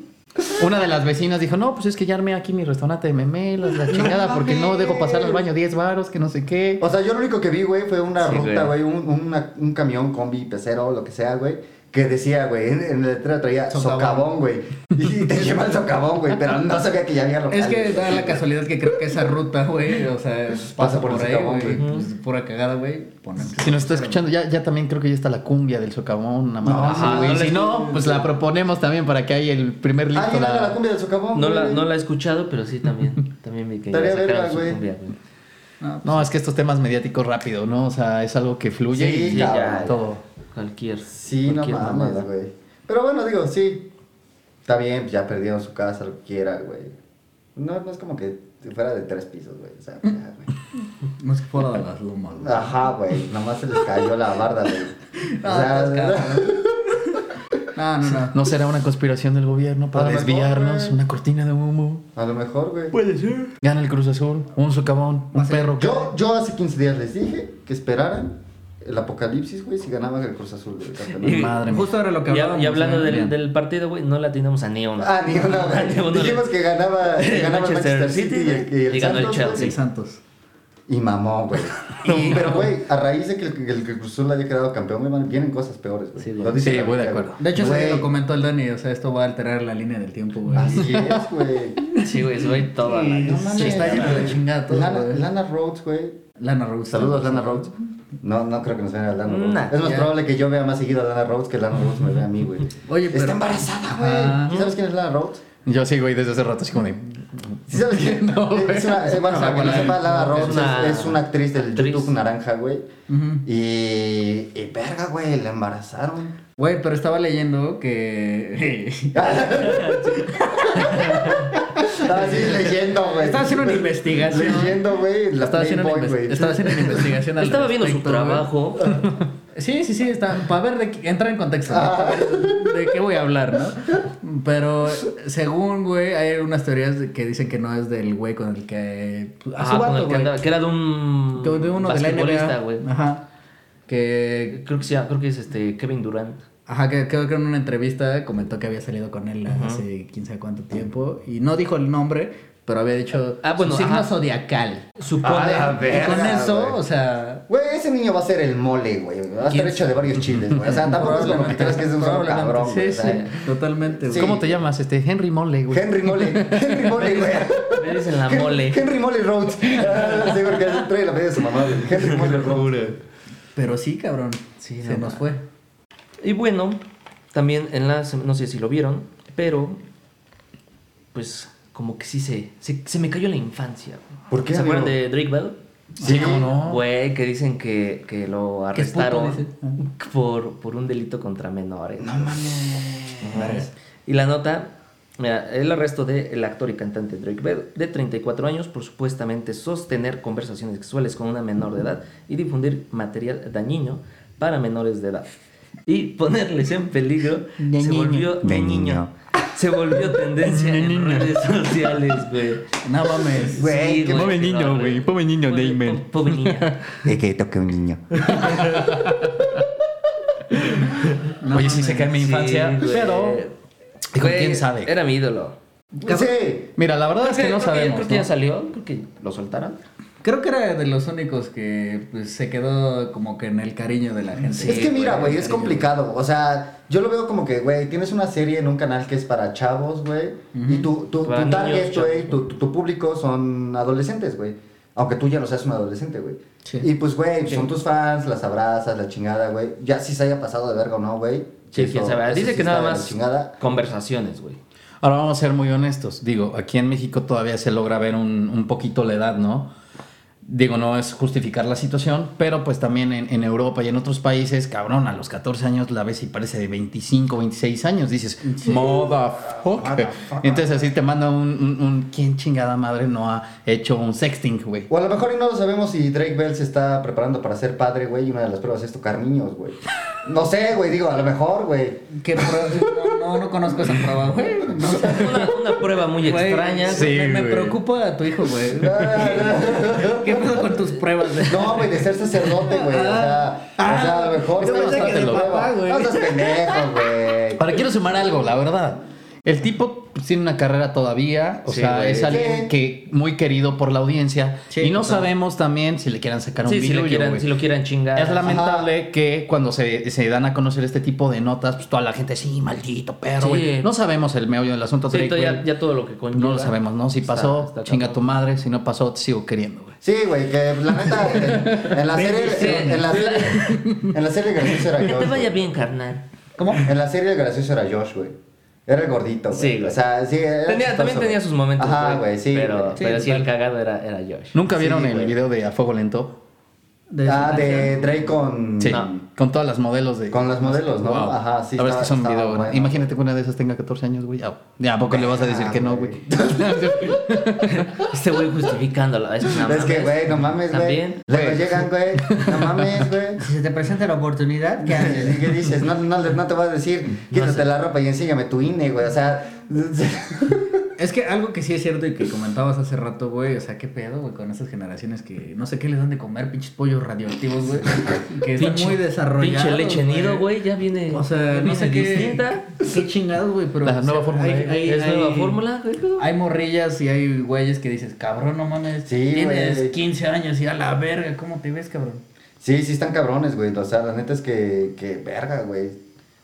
Speaker 4: Una de las vecinas dijo, no, pues es que ya armé aquí mi restaurante de memelas, la chingada, porque no
Speaker 2: mames.
Speaker 4: dejo pasar al baño 10 varos, que no sé qué.
Speaker 2: O sea, yo lo único que vi, güey, fue una
Speaker 3: Sí,
Speaker 2: ruta,
Speaker 3: güey.
Speaker 2: güey, un, una- un camión, combi, pecero, lo que sea, güey, que decía, güey, en, en el letrero traía
Speaker 1: Socavón.
Speaker 2: socavón, güey. Y te lleva el socavón, güey, pero no sabía que ya había
Speaker 1: Es
Speaker 2: locales.
Speaker 1: que
Speaker 2: güey.
Speaker 1: da la casualidad que creo que esa ruta, güey, o sea, pasa,
Speaker 2: por
Speaker 1: por,
Speaker 2: el
Speaker 1: ahí,
Speaker 2: socavón,
Speaker 1: güey.
Speaker 3: güey.
Speaker 1: pues, pura cagada, güey. Ponemos.
Speaker 4: Si nos está escuchando, ya, ya también creo que ya está la cumbia del socavón, una madre
Speaker 2: No,
Speaker 4: así,
Speaker 3: ajá,
Speaker 4: güey.
Speaker 3: no
Speaker 4: si
Speaker 3: les-
Speaker 4: no, pues la proponemos también para que haya el primer listo.
Speaker 2: Alguien haga
Speaker 4: la-
Speaker 2: Ah, la cumbia del socavón,
Speaker 3: no la,
Speaker 2: güey.
Speaker 3: no la he escuchado, pero sí también. También vi que ya
Speaker 2: Estaría
Speaker 3: sacaron
Speaker 2: verga,
Speaker 3: su
Speaker 2: güey.
Speaker 3: cumbia, güey.
Speaker 1: No,
Speaker 4: No, es que estos temas mediáticos rápido, ¿no? O sea, es algo que fluye
Speaker 2: Sí,
Speaker 4: y
Speaker 2: sí, ya.
Speaker 4: todo.
Speaker 3: Cualquier.
Speaker 2: Sí, no
Speaker 3: cualquier
Speaker 2: mames,
Speaker 3: mamada.
Speaker 2: güey. Pero bueno, digo, sí. Está bien, pues ya perdieron su casa, lo que quiera, güey. No, no es como que fuera de tres pisos, güey. O sea, pues ya, güey.
Speaker 1: no es que fuera de las lomas, güey.
Speaker 2: Ajá, güey. Nomás se les cayó la barda, güey. O sea,
Speaker 1: No, no, no.
Speaker 4: ¿No será una conspiración del gobierno para
Speaker 2: A lo mejor,
Speaker 4: desviarnos?
Speaker 2: güey.
Speaker 4: ¿Una cortina de humo?
Speaker 2: a lo mejor, güey.
Speaker 4: Puede ser. Gana el Cruz Azul, un socavón, un perro.
Speaker 2: Yo, yo hace 15 días les dije que esperaran el apocalipsis, güey, si ganaba el Cruz Azul, güey, el campeonato.
Speaker 3: Y-
Speaker 4: Madre mía.
Speaker 1: Justo ahora lo que
Speaker 3: Y,
Speaker 1: hablábamos.
Speaker 3: y hablando
Speaker 1: güey.
Speaker 3: del, del partido, güey, no la atinamos a ni una.
Speaker 2: Ah, ni una, güey.
Speaker 3: Ni una.
Speaker 2: Dijimos que ganaba, que
Speaker 3: El
Speaker 2: ganaba el
Speaker 3: Manchester
Speaker 2: Manchester City y el, y el
Speaker 3: y ganó el
Speaker 2: Santos, güey.
Speaker 1: El Santos.
Speaker 2: Y mamó, güey. Y- pero, güey, a raíz de que el, que el Cruz Azul haya quedado campeón, güey, van- vienen cosas peores, güey.
Speaker 3: Sí, güey.
Speaker 2: Lo dice
Speaker 4: Sí,
Speaker 2: la
Speaker 4: voy de
Speaker 2: Biblia,
Speaker 4: acuerdo.
Speaker 2: güey.
Speaker 1: De hecho,
Speaker 2: Güey,
Speaker 1: se lo comentó el Dani, o sea, esto va a alterar la línea del tiempo, güey.
Speaker 2: Así es, güey.
Speaker 3: Sí, güey, se va a ir toda la.
Speaker 1: Sí,
Speaker 2: No mames.
Speaker 1: está lleno de chingada todo,
Speaker 2: Lana,
Speaker 1: güey.
Speaker 2: Lana Rhodes, güey,
Speaker 1: Lana Rhodes.
Speaker 2: Saludos, Lana Rhodes. No, no creo que nos vea Lana Rhodes.
Speaker 3: Nah,
Speaker 2: es más
Speaker 1: ya.
Speaker 2: probable que yo vea más seguido a Lana Rhodes que Lana Rhodes me vea a mí, güey.
Speaker 1: Oye, pero-
Speaker 2: Está embarazada,
Speaker 1: Ah.
Speaker 2: güey. ¿Sabes quién es Lana Rhodes?
Speaker 4: Yo sí, güey, desde hace rato, así como de.
Speaker 2: ¿Sí sabes quién?
Speaker 4: No, güey.
Speaker 2: es una, eh, bueno,
Speaker 4: O
Speaker 2: para
Speaker 4: sea,
Speaker 2: que no
Speaker 4: la-
Speaker 2: sepa, Lana
Speaker 3: es
Speaker 2: Rhodes es
Speaker 3: una-
Speaker 2: es una actriz del
Speaker 3: actriz.
Speaker 2: YouTube Naranja, güey.
Speaker 1: Ujú.
Speaker 2: Y, y verga, güey, la embarazaron.
Speaker 1: Güey, pero estaba leyendo que.
Speaker 2: Estaba así leyendo, güey.
Speaker 1: Estaba haciendo una investigación.
Speaker 2: Leyendo, güey. La
Speaker 1: Estaba haciendo, una
Speaker 2: Playboy,
Speaker 1: inves-
Speaker 2: güey.
Speaker 1: estaba haciendo una investigación al
Speaker 3: Estaba viendo su
Speaker 1: respecto, güey.
Speaker 3: trabajo.
Speaker 1: Sí, sí, sí, está, para ver, de, qué- entrar en contexto, ¿no? Para ver de qué voy a hablar, ¿no? Pero según, güey, hay unas teorías de- que dicen que no es del güey con el que... pues, a su
Speaker 3: Ajá, ah, con
Speaker 1: vato,
Speaker 3: el que
Speaker 1: güey.
Speaker 3: andaba, que era de un
Speaker 1: Que de uno de la NBA.
Speaker 3: güey.
Speaker 1: Ajá. Que,
Speaker 3: Creo que sea, creo que es este Kevin Durant.
Speaker 1: ajá, que creo que en una entrevista comentó que había salido con él hace quién sabe cuánto tiempo. Y no dijo el nombre, pero había dicho
Speaker 3: Ah, bueno,
Speaker 1: su signo
Speaker 3: ajá.
Speaker 1: zodiacal.
Speaker 3: Supone
Speaker 2: Ah,
Speaker 1: Y con
Speaker 2: Verga,
Speaker 1: eso,
Speaker 2: güey.
Speaker 1: o sea...
Speaker 2: Güey, ese niño va a ser el mole, güey. Va a estar
Speaker 1: ¿Quién?
Speaker 2: hecho de varios chiles, güey. O sea, tampoco es como que creas que es un solo
Speaker 1: probablemente.
Speaker 2: cabrón, güey.
Speaker 1: Sí,
Speaker 2: o sea,
Speaker 1: sí, totalmente, güey.
Speaker 2: Sí.
Speaker 4: ¿Cómo te llamas? Este, Henry Mole, güey.
Speaker 2: Henry Mole, Henry Mole, güey.
Speaker 3: me dicen la
Speaker 2: Hen-
Speaker 3: mole.
Speaker 2: Henry Mole Rhodes. Ah, Sí, porque así trae la media de su mamá, güey. Henry Mole Rhodes.
Speaker 1: Pero sí, cabrón.
Speaker 3: Sí,
Speaker 1: se
Speaker 3: no
Speaker 1: nos fue.
Speaker 3: Y bueno, también en la sem- no sé si lo vieron, pero pues como que sí se se, se me cayó la infancia. güey.
Speaker 2: ¿Por qué,
Speaker 3: ¿Se acuerdan
Speaker 2: amigo?
Speaker 3: de Drake Bell?
Speaker 2: Sí, cómo
Speaker 4: no.
Speaker 3: Güey, que dicen que, que lo
Speaker 1: Ah. Que es puto,
Speaker 3: arrestaron
Speaker 1: dice.
Speaker 3: por, por un delito contra menores.
Speaker 2: No mames.
Speaker 3: Y la nota, mira, el arresto del actor y cantante Drake Bell, de 34 años, por supuestamente sostener conversaciones sexuales con una menor de edad y difundir material dañino para menores de edad. Y ponerles en peligro
Speaker 1: De
Speaker 3: se
Speaker 1: niño.
Speaker 3: volvió
Speaker 2: De niño.
Speaker 3: Se volvió tendencia en redes sociales, güey.
Speaker 1: No mames.
Speaker 2: Güey,
Speaker 3: Sí,
Speaker 2: que
Speaker 4: pobre
Speaker 3: que lo
Speaker 4: niño,
Speaker 3: arre-
Speaker 4: güey, pobre niño,
Speaker 3: pobre-
Speaker 4: Neymar.
Speaker 3: po- Pobre niña.
Speaker 2: De que toque un niño.
Speaker 1: No
Speaker 4: Oye, sí
Speaker 1: mames.
Speaker 4: se cae mi
Speaker 3: Sí,
Speaker 4: infancia,
Speaker 3: güey.
Speaker 4: pero. Digo,
Speaker 3: Güey,
Speaker 4: ¿Quién sabe?
Speaker 3: Era mi ídolo.
Speaker 2: Sí.
Speaker 4: Mira, la verdad es que no
Speaker 3: Creo
Speaker 4: sabemos.
Speaker 3: Creo que ya
Speaker 4: ¿no?
Speaker 3: salió, creo que lo soltaron.
Speaker 1: Creo que era de los únicos que pues, se quedó como que en el cariño de la gente.
Speaker 3: Sí,
Speaker 2: es que mira, güey, es
Speaker 1: cariño.
Speaker 2: complicado. O sea, yo lo veo como que, güey, tienes una serie en un canal que es para chavos, güey. Y tu, tu, tu
Speaker 3: Para niños,
Speaker 2: target,
Speaker 3: chavos.
Speaker 2: güey, tu, tu- tu público son adolescentes, güey. Aunque tú ya no seas un adolescente, güey.
Speaker 1: Sí.
Speaker 2: Y pues, güey,
Speaker 3: Sí.
Speaker 2: son tus fans, las abrazas, la chingada, güey. Ya si se haya pasado de verga o no, güey.
Speaker 3: Sí,
Speaker 2: eso-
Speaker 3: quién sabe.
Speaker 2: eso
Speaker 3: Dice
Speaker 2: sí
Speaker 3: que nada
Speaker 2: está de la
Speaker 3: más
Speaker 2: Chingada.
Speaker 3: conversaciones, güey.
Speaker 4: Ahora vamos a ser muy honestos. Digo, aquí en México todavía se logra ver un, un poquito la edad, ¿no? Digo, no es justificar la situación, pero pues también en, en Europa y en otros países, cabrón, a los 14 años la ves y parece de 25, 26 años. Dices, motherfucker. Entonces así te manda un, un- un, ¿quién chingada madre no ha hecho un sexting, güey?
Speaker 2: O a lo mejor y no lo sabemos si Drake Bell se está preparando para ser padre, güey. Y una de las pruebas es tocar niños, güey. No sé, güey, digo, a lo mejor, güey.
Speaker 1: Que pro- no, no, no conozco esa prueba, güey. No sé.
Speaker 3: Una, una prueba muy
Speaker 1: Güey,
Speaker 3: extraña.
Speaker 4: sí,
Speaker 1: me, me
Speaker 4: güey.
Speaker 1: preocupa a tu hijo, güey. ¿Qué pedo con tus pruebas? de-
Speaker 2: No, güey, de ser sacerdote, güey. O sea, o sea, a lo mejor
Speaker 1: Ah, yo
Speaker 2: güey,
Speaker 1: pensé que
Speaker 2: estás
Speaker 1: de
Speaker 2: en
Speaker 1: papá,
Speaker 2: prueba.
Speaker 1: güey.
Speaker 2: No seas pendejo, güey.
Speaker 4: Ahora quiero sumar algo, la verdad. El tipo pues, tiene una carrera todavía, o
Speaker 3: Sí,
Speaker 4: sea,
Speaker 3: güey.
Speaker 4: es alguien
Speaker 2: Sí.
Speaker 4: que muy querido por la audiencia
Speaker 1: Sí,
Speaker 4: y no
Speaker 1: total.
Speaker 4: sabemos también si le quieran sacar un
Speaker 3: Sí, si,
Speaker 4: video.
Speaker 3: le quieran, si lo quieran chingar.
Speaker 4: Es lamentable que cuando se, se dan a conocer este tipo de notas, pues toda la gente, sí, maldito perro,
Speaker 3: Sí.
Speaker 4: güey. No sabemos el meollo del asunto.
Speaker 3: Sí,
Speaker 4: Drake,
Speaker 3: to- ya,
Speaker 4: güey.
Speaker 3: ya todo lo que conlleva.
Speaker 4: no lo sabemos, ¿no? Si
Speaker 3: Está-
Speaker 4: pasó,
Speaker 3: está
Speaker 4: chinga
Speaker 3: cabrón.
Speaker 4: tu madre. Si no pasó, te sigo queriendo, güey.
Speaker 2: Sí, güey, que la neta, en, en la serie, en, en la serie, en la serie el gracioso era
Speaker 3: Que te
Speaker 2: Josh,
Speaker 3: vaya
Speaker 2: güey.
Speaker 3: bien, carnal.
Speaker 2: ¿Cómo? En la serie el gracioso era Josh, güey. Era el gordito, güey.
Speaker 3: Sí,
Speaker 2: O
Speaker 3: güey.
Speaker 2: sea, sí, era
Speaker 3: Tenía-
Speaker 2: chistoso,
Speaker 3: también
Speaker 2: güey.
Speaker 3: tenía sus momentos.
Speaker 2: Ajá, güey, sí.
Speaker 3: Pero
Speaker 2: güey.
Speaker 3: sí, pero sí el cagado era, era Josh.
Speaker 4: ¿Nunca
Speaker 2: Sí,
Speaker 4: vieron el
Speaker 2: güey.
Speaker 4: video de A Fuego Lento?
Speaker 1: de
Speaker 2: Ah,
Speaker 1: esa
Speaker 2: de
Speaker 1: canción?
Speaker 2: Drake con...
Speaker 4: Sí,
Speaker 2: No.
Speaker 4: con todas las modelos de...
Speaker 2: Con los modelos, ¿no?
Speaker 4: Wow.
Speaker 2: Ajá, sí.
Speaker 4: La
Speaker 2: estaba-
Speaker 4: verdad es que es un
Speaker 2: estaba
Speaker 4: video, güey.
Speaker 2: bueno.
Speaker 4: Imagínate que una de esas tenga 14 años, güey. Au. Ya, ¿a poco le vas a
Speaker 2: Ah,
Speaker 4: decir que no, güey?
Speaker 3: Este güey justificándolo. Es, que no
Speaker 2: Es que,
Speaker 3: mames.
Speaker 2: güey, no mames, güey.
Speaker 3: También.
Speaker 2: Luego llegan, güey. No mames, güey.
Speaker 1: Si se te presenta la oportunidad, ¿qué
Speaker 2: ¿Y
Speaker 1: haces?
Speaker 2: ¿Qué dices? No, no, no te vas a decir, quítate la ropa y enséñame tu INE, güey. O sea,
Speaker 1: Es que algo que sí es cierto y que comentabas hace rato, güey, o sea, qué pedo, güey, con esas generaciones que no sé qué les dan de comer, pinches pollos radioactivos, güey, que están
Speaker 3: Pinche-
Speaker 1: muy desarrollados.
Speaker 3: Pinche leche nido, güey. Ya viene.
Speaker 1: O sea, no
Speaker 3: viene
Speaker 1: sé qué
Speaker 3: distinta.
Speaker 1: Qué chingados, güey, pero
Speaker 4: La
Speaker 1: o
Speaker 4: nueva
Speaker 1: sea,
Speaker 4: fórmula,
Speaker 1: hay-
Speaker 4: ¿eh?
Speaker 1: hay-
Speaker 3: es nueva
Speaker 1: hay-
Speaker 3: fórmula, güey.
Speaker 1: Hay morrillas y hay güeyes que dices, cabrón, no mames,
Speaker 2: Sí,
Speaker 1: tienes
Speaker 2: güey.
Speaker 1: 15 años y a la verga, ¿cómo te ves, cabrón?
Speaker 2: sí, sí están cabrones, güey. O sea, la neta es que, que verga, güey.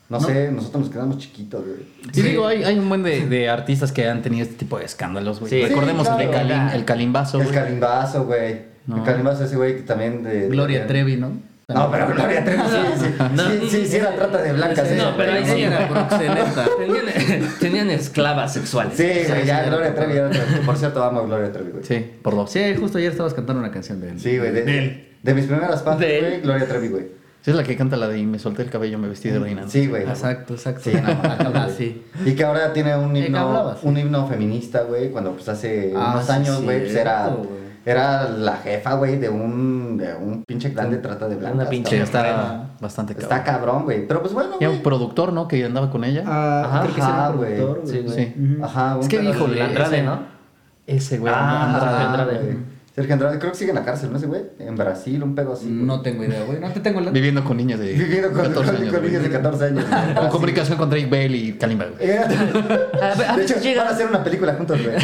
Speaker 2: No, sé, nosotros nos quedamos chiquitos, güey.
Speaker 4: Sí,
Speaker 1: Sí.
Speaker 4: digo, hay, hay un buen de, de artistas que han tenido este tipo de escádalos, güey.
Speaker 3: Sí.
Speaker 4: Recordemos
Speaker 2: Sí,
Speaker 4: el, de
Speaker 2: claro.
Speaker 4: Kalim- el Calimbazo,
Speaker 2: El
Speaker 4: güey.
Speaker 2: calimbazo, güey.
Speaker 4: No.
Speaker 2: Calimbas ese güey que también de...
Speaker 1: Gloria
Speaker 2: de-
Speaker 1: Trevi, ¿no?
Speaker 2: No, pero Gloria Trevi sí, sí,
Speaker 3: No.
Speaker 2: sí, sí, sí era trata de blancas. ¿eh?
Speaker 3: No,
Speaker 2: ella,
Speaker 3: pero ahí sí
Speaker 1: era proxeneta.
Speaker 3: Tenían, tenían esclavas sexuales.
Speaker 2: Sí, güey, ya,
Speaker 1: sí,
Speaker 2: Gloria
Speaker 1: sí.
Speaker 2: Trevi, era otra- que por cierto, amo a Gloria Trevi, güey.
Speaker 4: Sí.
Speaker 1: Por lo... Sí, justo ayer estabas cantando una canción de él.
Speaker 2: Sí, güey, de,
Speaker 1: De él.
Speaker 2: de mis primeras fans,
Speaker 3: De él.
Speaker 2: güey, Gloria Trevi, güey.
Speaker 4: Sí, es la que canta la de y me solté el cabello, me vestí de reina. ¿no?
Speaker 2: Sí, güey.
Speaker 1: Exacto, exacto.
Speaker 2: Sí, no,
Speaker 1: Ah,
Speaker 2: güey.
Speaker 1: sí.
Speaker 2: Y que ahora tiene un
Speaker 1: ¿De qué
Speaker 2: himno,
Speaker 1: hablabas?
Speaker 2: un himno feminista, güey, cuando pues hace
Speaker 1: Ah,
Speaker 2: unos
Speaker 1: sí,
Speaker 2: años, güey, pues era,
Speaker 1: cierto, güey.
Speaker 2: era la jefa, güey, de un, de un pinche clan de trata de blancas.
Speaker 3: Una pinche
Speaker 4: Sí,
Speaker 2: cabrón.
Speaker 4: está
Speaker 3: Reina.
Speaker 4: bastante cabrón.
Speaker 2: Está cabrón, güey. Pero pues bueno,
Speaker 4: Y a
Speaker 2: güey.
Speaker 4: un productor, ¿no? Que andaba con ella.
Speaker 2: Ajá,
Speaker 1: Ah, creo que sí era
Speaker 2: ajá,
Speaker 1: un
Speaker 2: güey.
Speaker 1: productor,
Speaker 3: Sí,
Speaker 1: güey.
Speaker 3: güey.
Speaker 4: sí.
Speaker 2: Ujú. Ajá, un
Speaker 4: Es que,
Speaker 2: pedo
Speaker 4: híjole,
Speaker 2: así.
Speaker 3: La Andrade,
Speaker 4: ese-
Speaker 3: ¿no?
Speaker 4: Ese güey.
Speaker 2: Ah,
Speaker 3: Andrade,
Speaker 2: ajá,
Speaker 3: Andrade.
Speaker 2: güey. Sergio Andrade, creo que sigue en la cárcel, ¿no ese güey? En Brasil, un pedo así. güey.
Speaker 1: No tengo idea, güey. No te tengo el dato.
Speaker 4: Viviendo con niños de
Speaker 2: Viviendo con,
Speaker 4: 14
Speaker 2: con-
Speaker 4: años.
Speaker 2: con
Speaker 4: güey.
Speaker 2: niños de 14 años. güey, en
Speaker 4: Con
Speaker 2: Brasil.
Speaker 4: comunicación con Drake Bell y Kalimba, güey.
Speaker 2: Eh,
Speaker 3: A ver, a
Speaker 2: De
Speaker 3: veces
Speaker 2: hecho,
Speaker 3: llega-
Speaker 2: van a hacer una película juntos, güey.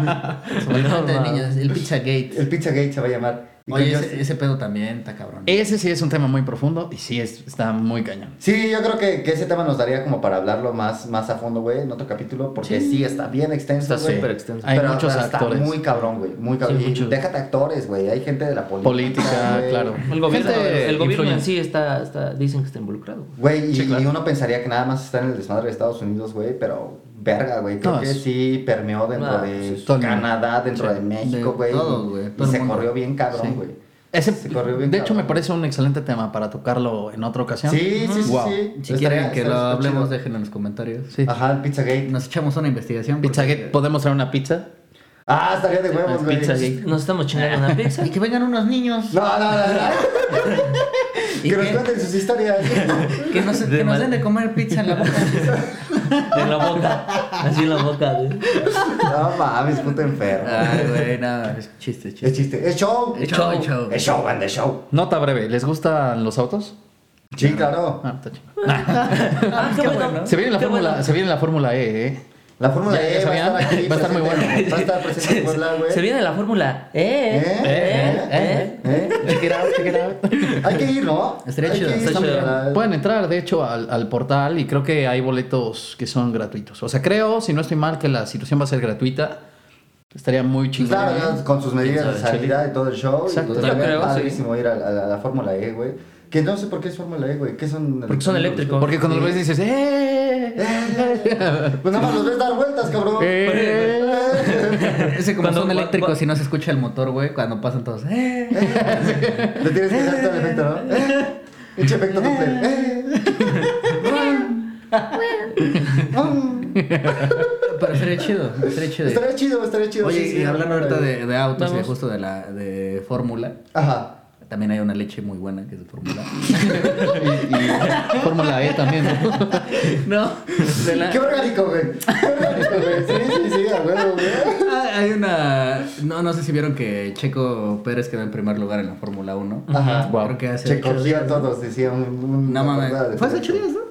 Speaker 1: Olvídate de niños, el Pizza Gate.
Speaker 2: El Pizza Gate se va a llamar. Y con
Speaker 1: Oye,
Speaker 2: Dios-
Speaker 1: ese, ese pedo también está cabrón.
Speaker 4: Ese sí es un tema muy profundo y sí es- está muy cañón.
Speaker 2: Sí, yo creo que, que ese tema nos daría como para hablarlo más, más a fondo, güey, en otro capítulo, porque sí, está bien extenso,
Speaker 4: Está
Speaker 2: güey.
Speaker 4: súper
Speaker 3: extenso.
Speaker 4: Hay
Speaker 2: Pero
Speaker 4: muchos
Speaker 2: está
Speaker 4: actores.
Speaker 2: muy cabrón, güey, muy cabrón.
Speaker 3: Sí,
Speaker 2: Y
Speaker 3: muchos.
Speaker 2: Déjate actores, güey, hay gente de la política,
Speaker 4: Política,
Speaker 2: güey.
Speaker 4: claro.
Speaker 3: El gobierno,
Speaker 4: Gente
Speaker 3: el gobierno en
Speaker 4: influyente.
Speaker 3: sí está, está, dicen que está involucrado. güey.
Speaker 2: Güey, y,
Speaker 4: Sí, claro.
Speaker 2: y uno pensaría que nada más está en el desmadre de Estados Unidos, güey, pero verga, güey, creo
Speaker 4: No,
Speaker 2: que
Speaker 4: es-
Speaker 2: sí permeó dentro
Speaker 3: Ah,
Speaker 2: de
Speaker 4: sí, todo el mundo.
Speaker 2: Canadá, dentro de México,
Speaker 1: de
Speaker 2: güey,
Speaker 1: todo, güey,
Speaker 2: y-
Speaker 1: todo
Speaker 2: y
Speaker 1: el
Speaker 2: se
Speaker 1: mundo.
Speaker 2: corrió bien cabrón, güey.
Speaker 4: Ese,
Speaker 2: Se corrió bien
Speaker 4: de hecho,
Speaker 2: cabrón.
Speaker 4: me parece un excelente tema para tocarlo en otra ocasión.
Speaker 2: Sí, sí, sí,
Speaker 4: Wow.
Speaker 2: sí.
Speaker 1: Si
Speaker 2: Estaría-
Speaker 1: quieren que
Speaker 2: estaría
Speaker 1: lo
Speaker 2: súper
Speaker 1: hablemos,
Speaker 2: chido.
Speaker 1: déjenlo en los comentarios.
Speaker 4: Sí.
Speaker 2: Ajá, el Pizzagate.
Speaker 1: Nos echamos una investigación. porque-
Speaker 4: Pizzagate, ¿podemos traer una pizza?
Speaker 2: Ah, estaría de huevos, güey.
Speaker 4: Pizzagate.
Speaker 3: Nos estamos chingando una pizza.
Speaker 1: Y que vengan unos niños.
Speaker 2: No, no, no, no.
Speaker 1: ¿Y
Speaker 2: que nos
Speaker 1: qué?
Speaker 2: cuenten sus historias.
Speaker 1: Que nos, que
Speaker 3: De
Speaker 1: nos
Speaker 3: mal-
Speaker 1: den de comer pizza en la boca.
Speaker 3: En la boca. Así en la boca, güey.
Speaker 2: no mames, puto enfermo.
Speaker 1: Ay, güey, nada, es chiste,
Speaker 2: Es
Speaker 1: chiste.
Speaker 2: chiste. Es show.
Speaker 1: Es show, es show.
Speaker 2: Es show, banda, es show.
Speaker 4: Nota breve, ¿les gustan los autos?
Speaker 2: Sí, claro.
Speaker 4: Ah, está chido.
Speaker 3: Ah, qué bueno.
Speaker 4: Se viene la
Speaker 3: Qué
Speaker 4: fórmula,
Speaker 3: bueno.
Speaker 4: se viene la fórmula E, ¿eh?
Speaker 2: La Fórmula
Speaker 4: Ya, ya
Speaker 2: E va a
Speaker 4: sabían.
Speaker 2: estar aquí.
Speaker 4: Va a estar muy
Speaker 2: presente-
Speaker 4: bueno.
Speaker 2: Va a estar presente en Puebla, güey.
Speaker 3: Se viene la fórmula. Eh,
Speaker 2: ¿Eh?
Speaker 3: eh,
Speaker 2: ¿Eh?
Speaker 3: eh.
Speaker 2: ¿Eh?
Speaker 4: Check it out, check it out.
Speaker 2: Hay que ir, ¿no?
Speaker 1: Estaría
Speaker 2: Hay
Speaker 1: chido,
Speaker 2: que ir,
Speaker 3: estaría
Speaker 2: ¿no?
Speaker 3: chido.
Speaker 2: La-
Speaker 4: Pueden entrar, de hecho, al, al portal y creo que hay boletos que son gratuitos. O sea, creo, si no estoy mal, que la situación va a ser gratuita. Estaría muy chingón.
Speaker 2: Claro, ya con sus medidas de
Speaker 4: Pues, Quién sabe,
Speaker 2: sanidad y todo el show.
Speaker 4: Exacto.
Speaker 2: Y estaría
Speaker 3: Yo creo, sí.
Speaker 2: padrísimo ir a, a- a la Fórmula E, güey. Que no sé por qué es Fórmula E, güey. ¿Qué son?
Speaker 3: Porque son eléctricos.
Speaker 4: Porque cuando lo ves dices,
Speaker 2: Eh,
Speaker 4: ¡eh!
Speaker 2: Pues nada más los ves dar vueltas, cabrón.
Speaker 4: ¡Eh!
Speaker 1: Ese como
Speaker 3: Cuando-
Speaker 1: son eléctricos
Speaker 3: cuando-
Speaker 1: si no se escucha el motor, güey, cuando pasan todos. "Eh".
Speaker 2: Le tienes que dar todo el efecto, ¿no? Eh, Pinche efecto duple. Eh.
Speaker 1: Pero sería chido, sería chido.
Speaker 2: Estaría chido, estaría chido.
Speaker 1: Oye,
Speaker 2: sí, sí,
Speaker 1: y hablando
Speaker 2: no,
Speaker 1: ahorita
Speaker 2: no,
Speaker 1: de, de autos y
Speaker 3: Vamos.
Speaker 1: justo de la de fórmula,
Speaker 2: Ajá.
Speaker 1: también hay una leche muy buena que es de fórmula.
Speaker 4: Y Fórmula E también, ¿no?
Speaker 1: no, de la-
Speaker 2: Qué orgánico, güey. Qué orgánico, güey. Sí, sí, sí, a huevo, güey.
Speaker 1: Ah, Hay una. No, no sé si vieron que Checo Pérez quedó en primer lugar en la Fórmula 1.
Speaker 2: Ajá.
Speaker 4: Guau.
Speaker 1: Creo que hace
Speaker 2: Se
Speaker 1: ocho
Speaker 2: cogió a
Speaker 1: días, ¿no?
Speaker 2: todos, decía un. un-
Speaker 1: No
Speaker 2: una
Speaker 1: mames.
Speaker 2: cosa de-
Speaker 1: ¿Fue hace ocho días, no?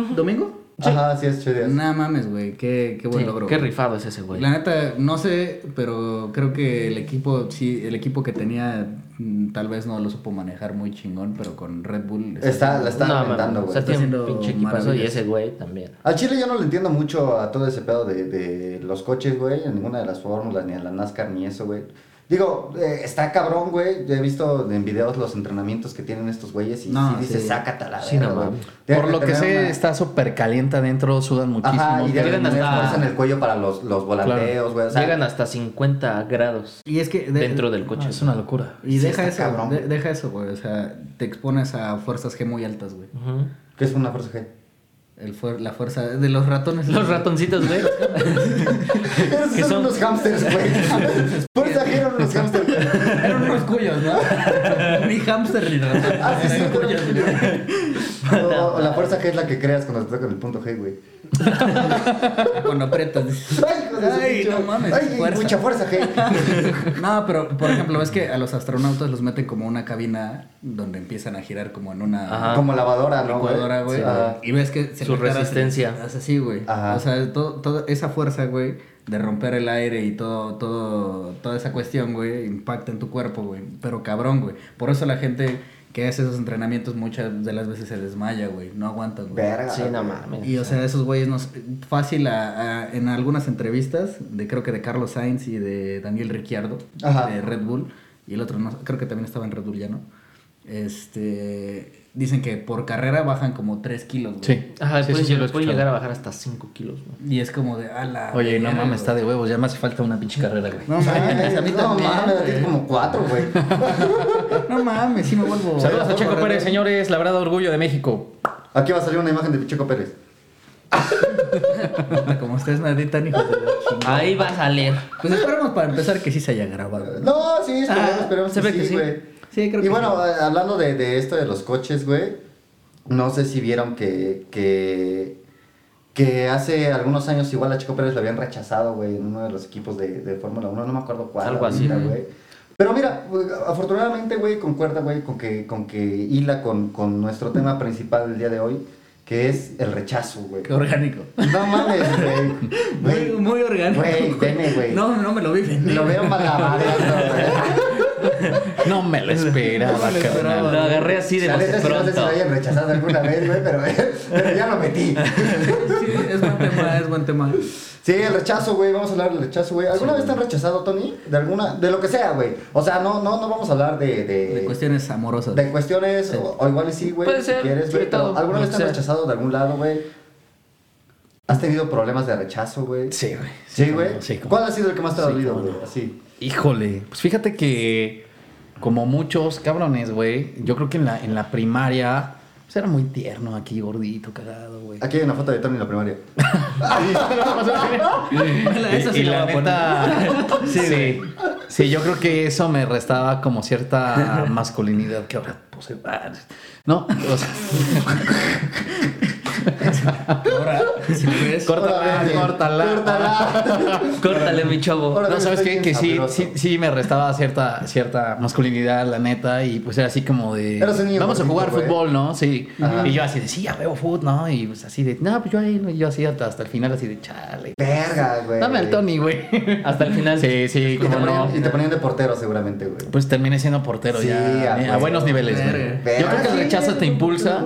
Speaker 3: Mm,
Speaker 1: ¿Domingo?
Speaker 2: Ajá, sí, hace ocho días.
Speaker 1: No mames, güey. Qué, qué buen
Speaker 3: sí,
Speaker 1: logro.
Speaker 3: Qué
Speaker 1: güey.
Speaker 3: rifado es ese güey.
Speaker 1: La neta, no sé, pero creo que el equipo, sí, el equipo que tenía, mm, tal vez no lo supo manejar muy chingón, pero con Red Bull.
Speaker 2: Está, la está
Speaker 3: No,
Speaker 2: lamentando,
Speaker 3: mames,
Speaker 2: güey.
Speaker 3: O sea,
Speaker 1: Está
Speaker 3: tiene
Speaker 1: haciendo
Speaker 3: un pinche equipazo y
Speaker 1: maravillas.
Speaker 3: ese güey también.
Speaker 2: A Chile yo no le entiendo mucho a todo ese pedo de, de los coches, güey, a ninguna de las fórmulas, ni a la NASCAR, ni eso, güey. Digo, eh, está cabrón, güey. Yo he visto en videos los entrenamientos que tienen estos güeyes y
Speaker 1: No,
Speaker 2: sí dice,
Speaker 1: sí.
Speaker 2: sácate a la
Speaker 3: Sí, no
Speaker 2: verga, güey".
Speaker 3: mames.
Speaker 2: Tienen
Speaker 4: Por lo que
Speaker 2: tener
Speaker 4: sé,
Speaker 2: una-
Speaker 4: está súper caliente adentro, sudan muchísimo.
Speaker 2: Ajá, y
Speaker 4: Tienen-
Speaker 2: deben
Speaker 3: Llegan
Speaker 2: tener
Speaker 3: hasta-
Speaker 2: fuerza en el cuello para los, los volanteos, güey. o sea,
Speaker 3: Llegan hasta 50 grados
Speaker 1: Y es que. de-
Speaker 3: dentro del coche.
Speaker 4: Ah, es una locura.
Speaker 1: Y
Speaker 2: Sí,
Speaker 1: deja,
Speaker 2: está
Speaker 1: eso,
Speaker 2: cabrón,
Speaker 1: de-
Speaker 2: güey.
Speaker 1: deja eso, güey. O sea, te expones a fuerzas G muy altas, güey.
Speaker 3: Ujú.
Speaker 2: ¿Qué es una fuerza G?
Speaker 1: El fuer- la fuerza de los ratones.
Speaker 3: Los ratoncitos, güey.
Speaker 2: Esos
Speaker 3: ¿Qué
Speaker 2: son,
Speaker 3: son?
Speaker 2: unos hamsters, güey. fuerza G eran unos hamsters, güey.
Speaker 1: Eran unos cuyos, ¿no? ni hamster ni ratón.
Speaker 2: Ah, sí, sí,
Speaker 1: Eran
Speaker 2: pero-
Speaker 1: cuyos, güey.
Speaker 2: O- o la fuerza G es la que creas cuando te tocan el punto G, güey.
Speaker 1: Cuando aprietas. dices,
Speaker 2: Ay, hijo de su
Speaker 1: Ay,
Speaker 2: pinche-
Speaker 1: no mames,
Speaker 2: Ay,
Speaker 1: fuerza.
Speaker 2: mucha fuerza G.
Speaker 1: No, pero por ejemplo, es que a los astronautas los meten como a una cabina donde empiezan a girar como en una
Speaker 3: Ajá.
Speaker 2: Como lavadora, ¿no? güey?
Speaker 1: licuadora, güey.
Speaker 2: Sí, ajá.
Speaker 1: y ves que
Speaker 3: Su
Speaker 1: le acaba
Speaker 3: resistencia.
Speaker 1: hacer- hace así, güey.
Speaker 2: Ajá.
Speaker 1: O sea, todo, toda esa fuerza, güey, de romper el aire y todo, todo, toda esa cuestión, güey, impacta en tu cuerpo, güey. Pero cabrón, güey. Por eso la gente que hace esos entrenamientos muchas de las veces se desmaya, güey. No aguantan, güey.
Speaker 2: Verga.
Speaker 3: Sí, no mames.
Speaker 1: Y o sea, esos güeyes nos fácil a- a- en algunas entrevistas de creo que de Carlos Sainz y de Daniel Ricciardo
Speaker 2: Ajá.
Speaker 1: de Red Bull y el otro no, creo que también estaba en Red Bull ya, ¿no? Este, dicen que por carrera bajan como 3 kilos, güey.
Speaker 4: Sí.
Speaker 3: Ajá,
Speaker 4: Sí,
Speaker 3: puede,
Speaker 4: sí, sí, lo he
Speaker 3: puede
Speaker 4: escuchado.
Speaker 3: llegar a bajar hasta 5 kilos. güey.
Speaker 1: Y es como de, a la
Speaker 4: Oye, no
Speaker 1: verga,
Speaker 4: mames, está
Speaker 1: güey".
Speaker 4: de huevos. Ya me hace falta una pinche carrera, güey.
Speaker 1: No mames, a mí
Speaker 2: no
Speaker 1: también,
Speaker 2: mames,
Speaker 1: güey.
Speaker 2: tiene como cuatro, güey.
Speaker 1: No mames, sí me vuelvo.
Speaker 4: Saludos a
Speaker 2: Saludos,
Speaker 4: Checo
Speaker 2: Rodrigo.
Speaker 4: Pérez, señores. La verdad, orgullo de México.
Speaker 2: Aquí va a salir una imagen de Picheco Pérez.
Speaker 1: Puta, Como ustedes nadie tan hijos de la chingada.
Speaker 3: Ahí va a salir.
Speaker 1: Pues esperamos para empezar que sí se haya grabado. güey.
Speaker 2: No, sí, esperemos,
Speaker 3: Ah,
Speaker 2: esperemos
Speaker 3: se ve que
Speaker 2: que
Speaker 3: sí.
Speaker 2: sí, güey.
Speaker 1: Sí, creo
Speaker 2: y
Speaker 1: que
Speaker 2: bueno,
Speaker 1: sí.
Speaker 2: eh, hablando de, de esto de los coches, güey, no sé si vieron que, que, que hace algunos años igual a Chico Pérez lo habían rechazado, güey, en uno de los equipos de, de Fórmula 1, no me acuerdo cuál.
Speaker 3: Algo así,
Speaker 2: ahorita,
Speaker 3: ¿no?
Speaker 2: güey. Pero mira, güey, afortunadamente, güey, concuerda, güey, con que, con que hila con, con nuestro tema principal del día de hoy, que es el rechazo, güey.
Speaker 1: Qué orgánico.
Speaker 2: No mames, güey.
Speaker 1: Muy,
Speaker 2: güey.
Speaker 1: muy orgánico.
Speaker 2: Güey, veme, güey.
Speaker 1: No, no me lo vi venir.
Speaker 2: Lo veo malabareando, güey.
Speaker 4: No me lo esperaba,
Speaker 1: No me lo
Speaker 4: carnal.
Speaker 1: esperaba.
Speaker 3: Lo agarré así de
Speaker 2: La neta
Speaker 3: bote
Speaker 2: es que no sé si lo
Speaker 3: pronto.
Speaker 2: hayan rechazado alguna vez, güey, pero, pero ya lo metí.
Speaker 1: Sí, es buen tema, es buen tema.
Speaker 2: Sí, el rechazo, güey, vamos a hablar del rechazo, güey. ¿Alguna vez te han rechazado, Tony? De alguna, de lo que sea, güey. O sea, no, no, no vamos a hablar de, de,
Speaker 1: De cuestiones amorosas.
Speaker 2: Eh, de cuestiones,
Speaker 1: Sí.
Speaker 2: o, o igual y sí, güey,
Speaker 3: Puede
Speaker 2: si
Speaker 3: ser,
Speaker 2: quieres, güey.
Speaker 3: sí,
Speaker 2: pero
Speaker 3: todo,
Speaker 2: ¿Alguna
Speaker 3: lo
Speaker 2: vez te
Speaker 3: que
Speaker 2: han
Speaker 3: sea.
Speaker 2: rechazado de algún lado, güey? ¿Has tenido problemas de rechazo, güey?
Speaker 4: Sí, güey.
Speaker 2: Sí, güey.
Speaker 4: Sí, cómo no.
Speaker 2: ¿Cuál ha sido el que más te ha
Speaker 4: Sí,
Speaker 2: dolido,
Speaker 4: cómo
Speaker 2: güey?
Speaker 4: no.
Speaker 2: Así.
Speaker 4: Híjole, pues fíjate que como muchos cabrones, güey, yo creo que en la, en la primaria pues era muy tierno aquí, gordito, cagado, güey.
Speaker 2: Aquí hay una foto de Tony en la primaria.
Speaker 1: Esa sí
Speaker 4: Y- y
Speaker 1: la
Speaker 4: la
Speaker 1: voy a
Speaker 4: neta, sí,
Speaker 1: Sí.
Speaker 4: sí, yo creo que eso me restaba como cierta masculinidad que ahora poseo. Ah, No, o sea,
Speaker 1: Ahora, si lo ves,
Speaker 4: córtala,
Speaker 2: Órale,
Speaker 4: córtala.
Speaker 2: Córtala.
Speaker 3: Córtale, mi chavo.
Speaker 2: Ahora
Speaker 4: No,
Speaker 2: ves,
Speaker 4: sabes
Speaker 2: estoy
Speaker 4: qué? que
Speaker 2: bien
Speaker 4: sí,
Speaker 2: sabroso.
Speaker 4: sí, sí me restaba cierta, cierta masculinidad, la neta, y pues era así como de.
Speaker 2: Eras un niño
Speaker 4: Vamos a
Speaker 2: gordito,
Speaker 4: jugar
Speaker 2: güey.
Speaker 4: fútbol, ¿no? Sí.
Speaker 2: ¿eh? Ajá.
Speaker 4: Y yo así de, sí, ya veo fútbol, ¿no? Y pues así de, no, pues yo ahí, ¿no? y yo así hasta, hasta el final, así de, chale.
Speaker 2: Verga, güey.
Speaker 4: Dame al Tony, güey.
Speaker 3: Hasta el final.
Speaker 4: Sí, sí,
Speaker 2: Y te,
Speaker 4: como no.
Speaker 2: ponían, y te ponían de portero seguramente, güey.
Speaker 4: Pues terminé siendo portero
Speaker 2: Sí,
Speaker 4: ya.
Speaker 2: a
Speaker 4: eh, A,
Speaker 2: huevo. Ah,
Speaker 4: buenos niveles, güey.
Speaker 1: Verga.
Speaker 4: Yo creo que el
Speaker 2: Sí,
Speaker 4: rechazo te impulsa.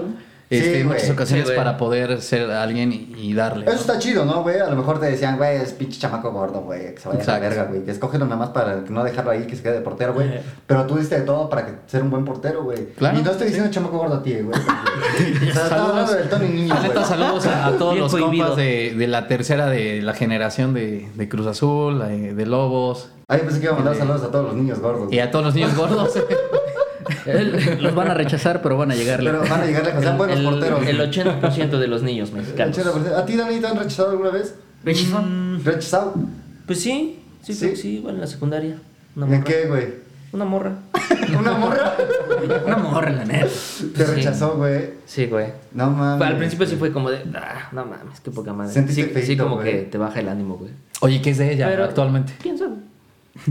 Speaker 4: Este,
Speaker 2: Sí,
Speaker 4: en muchas
Speaker 2: güey.
Speaker 4: ocasiones
Speaker 3: Sí, güey.
Speaker 4: para poder ser alguien y, y darle.
Speaker 2: Eso
Speaker 4: ¿no?
Speaker 2: está chido, ¿no, güey? A lo mejor te decían, güey, es pinche chamaco gordo, güey, que se vaya a
Speaker 4: Exacto.
Speaker 2: la verga, güey. Escógelo nada más para no dejarlo ahí, que se quede de portero, güey.
Speaker 3: Ajá.
Speaker 2: Pero tú diste de todo para que- ser un buen portero, güey.
Speaker 4: Claro.
Speaker 2: Y no estoy diciendo chamaco gordo a ti, güey. o sea, estaba hablando del Tony Niño,
Speaker 4: La neta,
Speaker 2: güey.
Speaker 4: saludos a, a todos
Speaker 3: Bien
Speaker 4: los
Speaker 3: cohibido.
Speaker 4: compas de, de la tercera de la generación de, de Cruz Azul, eh, de Lobos
Speaker 2: Ahí pensé que iba a mandar saludos a todos los niños gordos.
Speaker 4: y a todos los niños gordos.
Speaker 1: él- los van a rechazar, pero van a llegarle.
Speaker 2: Pero van a llegar a sean buenos
Speaker 3: el,
Speaker 2: porteros.
Speaker 3: el 80% de los niños mexicanos.
Speaker 2: 80%. ¿A ti, Dani, te han rechazado alguna vez?
Speaker 3: Mm,
Speaker 2: ¿Rechazado?
Speaker 3: Pues sí, sí,
Speaker 2: ¿Sí?
Speaker 3: creo que sí, igual en la secundaria. Una
Speaker 2: ¿En
Speaker 3: morra.
Speaker 2: qué, güey?
Speaker 3: Una morra.
Speaker 2: ¿Una morra?
Speaker 1: Una morra, la neta.
Speaker 2: Te
Speaker 3: Sí.
Speaker 2: rechazó, güey.
Speaker 3: Sí, güey.
Speaker 2: No mames.
Speaker 3: Al principio sí fue como de, ah, no mames, qué poca madre.
Speaker 2: Sentiste
Speaker 3: sí, sí
Speaker 2: feíto,
Speaker 3: como
Speaker 2: güey.
Speaker 3: que te baja el ánimo, güey.
Speaker 4: Oye, ¿qué es de ella actualmente?
Speaker 3: ¿Quién sabe?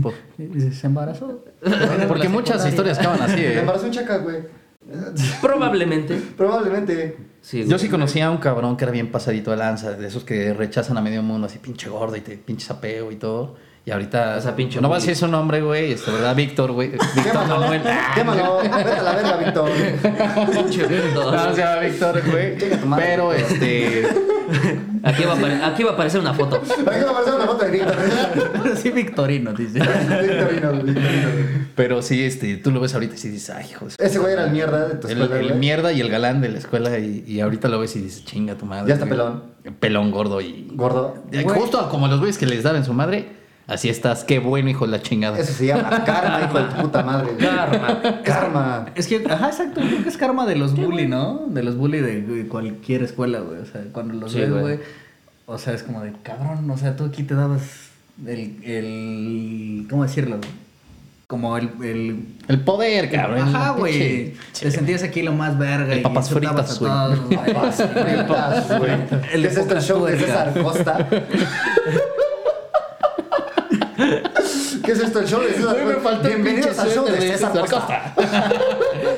Speaker 4: Por-
Speaker 1: Se embarazó.
Speaker 4: Porque muchas historias acaban así.
Speaker 2: Me
Speaker 4: ¿eh?
Speaker 2: embarazó un chaca, güey.
Speaker 3: Probablemente.
Speaker 2: Probablemente.
Speaker 3: Sí,
Speaker 4: Yo
Speaker 3: güey.
Speaker 4: sí conocía a un cabrón que era bien pasadito de lanza, de esos que rechazan a medio mundo, así pinche gordo y te pinche sapeo y todo. Y ahorita.
Speaker 3: O sea, pinche
Speaker 4: No va a
Speaker 3: bully.
Speaker 4: decir su nombre, güey. Este, ¿verdad? Víctor, güey. Víctor
Speaker 2: Quémalo. ¿eh?
Speaker 4: Manuel. Ah,
Speaker 2: Quémalo. Vete a la verga, Víctor.
Speaker 3: Pinche gordo.
Speaker 4: No, se llama Víctor, güey.
Speaker 2: Chinga tu madre,
Speaker 4: Pero
Speaker 2: Víctor.
Speaker 4: este.
Speaker 3: Aquí va, a apare- aquí va a aparecer una foto.
Speaker 2: Ahí me aparece una foto de Víctor.
Speaker 1: Sí, Victorino, dice.
Speaker 2: Victorino, Victorino.
Speaker 4: Pero sí, este, tú lo ves ahorita y sí dices, ay, hijo de su-
Speaker 2: Ese güey era el mierda pues, de tu
Speaker 4: El,
Speaker 2: escuela,
Speaker 4: el
Speaker 2: güey.
Speaker 4: mierda y el galán de la escuela y, y ahorita lo ves y dices, chinga tu madre.
Speaker 2: Ya está
Speaker 4: güey".
Speaker 2: pelón.
Speaker 4: Pelón gordo y...
Speaker 2: Gordo.
Speaker 4: Y Justo como los güeyes que les daban su madre, así estás, qué bueno hijo de la chingada.
Speaker 2: Eso se llama karma, hijo de tu puta madre. güey.
Speaker 3: Karma.
Speaker 2: Karma.
Speaker 1: Es que, ajá, exacto. Creo que es karma de los bully, ¿no? De los bully de, de cualquier escuela, güey. O sea, cuando los
Speaker 3: Sí,
Speaker 1: ves,
Speaker 3: güey.
Speaker 1: güey. O sea, es como de cabrón. O sea, tú aquí te dabas el. el ¿Cómo decirlo? güey? Como el. el
Speaker 4: El poder, cabrón.
Speaker 1: Ajá,
Speaker 4: la
Speaker 1: güey.
Speaker 4: pinche-
Speaker 1: Te sentías aquí lo más verga.
Speaker 4: El
Speaker 1: y
Speaker 4: papas
Speaker 1: insultabas
Speaker 4: fritas,
Speaker 1: a todos, güey.
Speaker 2: Fritas, güey.
Speaker 1: El
Speaker 2: ¿Qué es este
Speaker 1: Pocas
Speaker 2: show de
Speaker 1: Tuercas.
Speaker 2: César Costa? ¿Qué es esto el show de César
Speaker 4: Güey, me faltó el
Speaker 2: Bienvenidos
Speaker 4: pinche
Speaker 2: al show de
Speaker 4: suéter de
Speaker 2: César
Speaker 4: César
Speaker 2: Costa.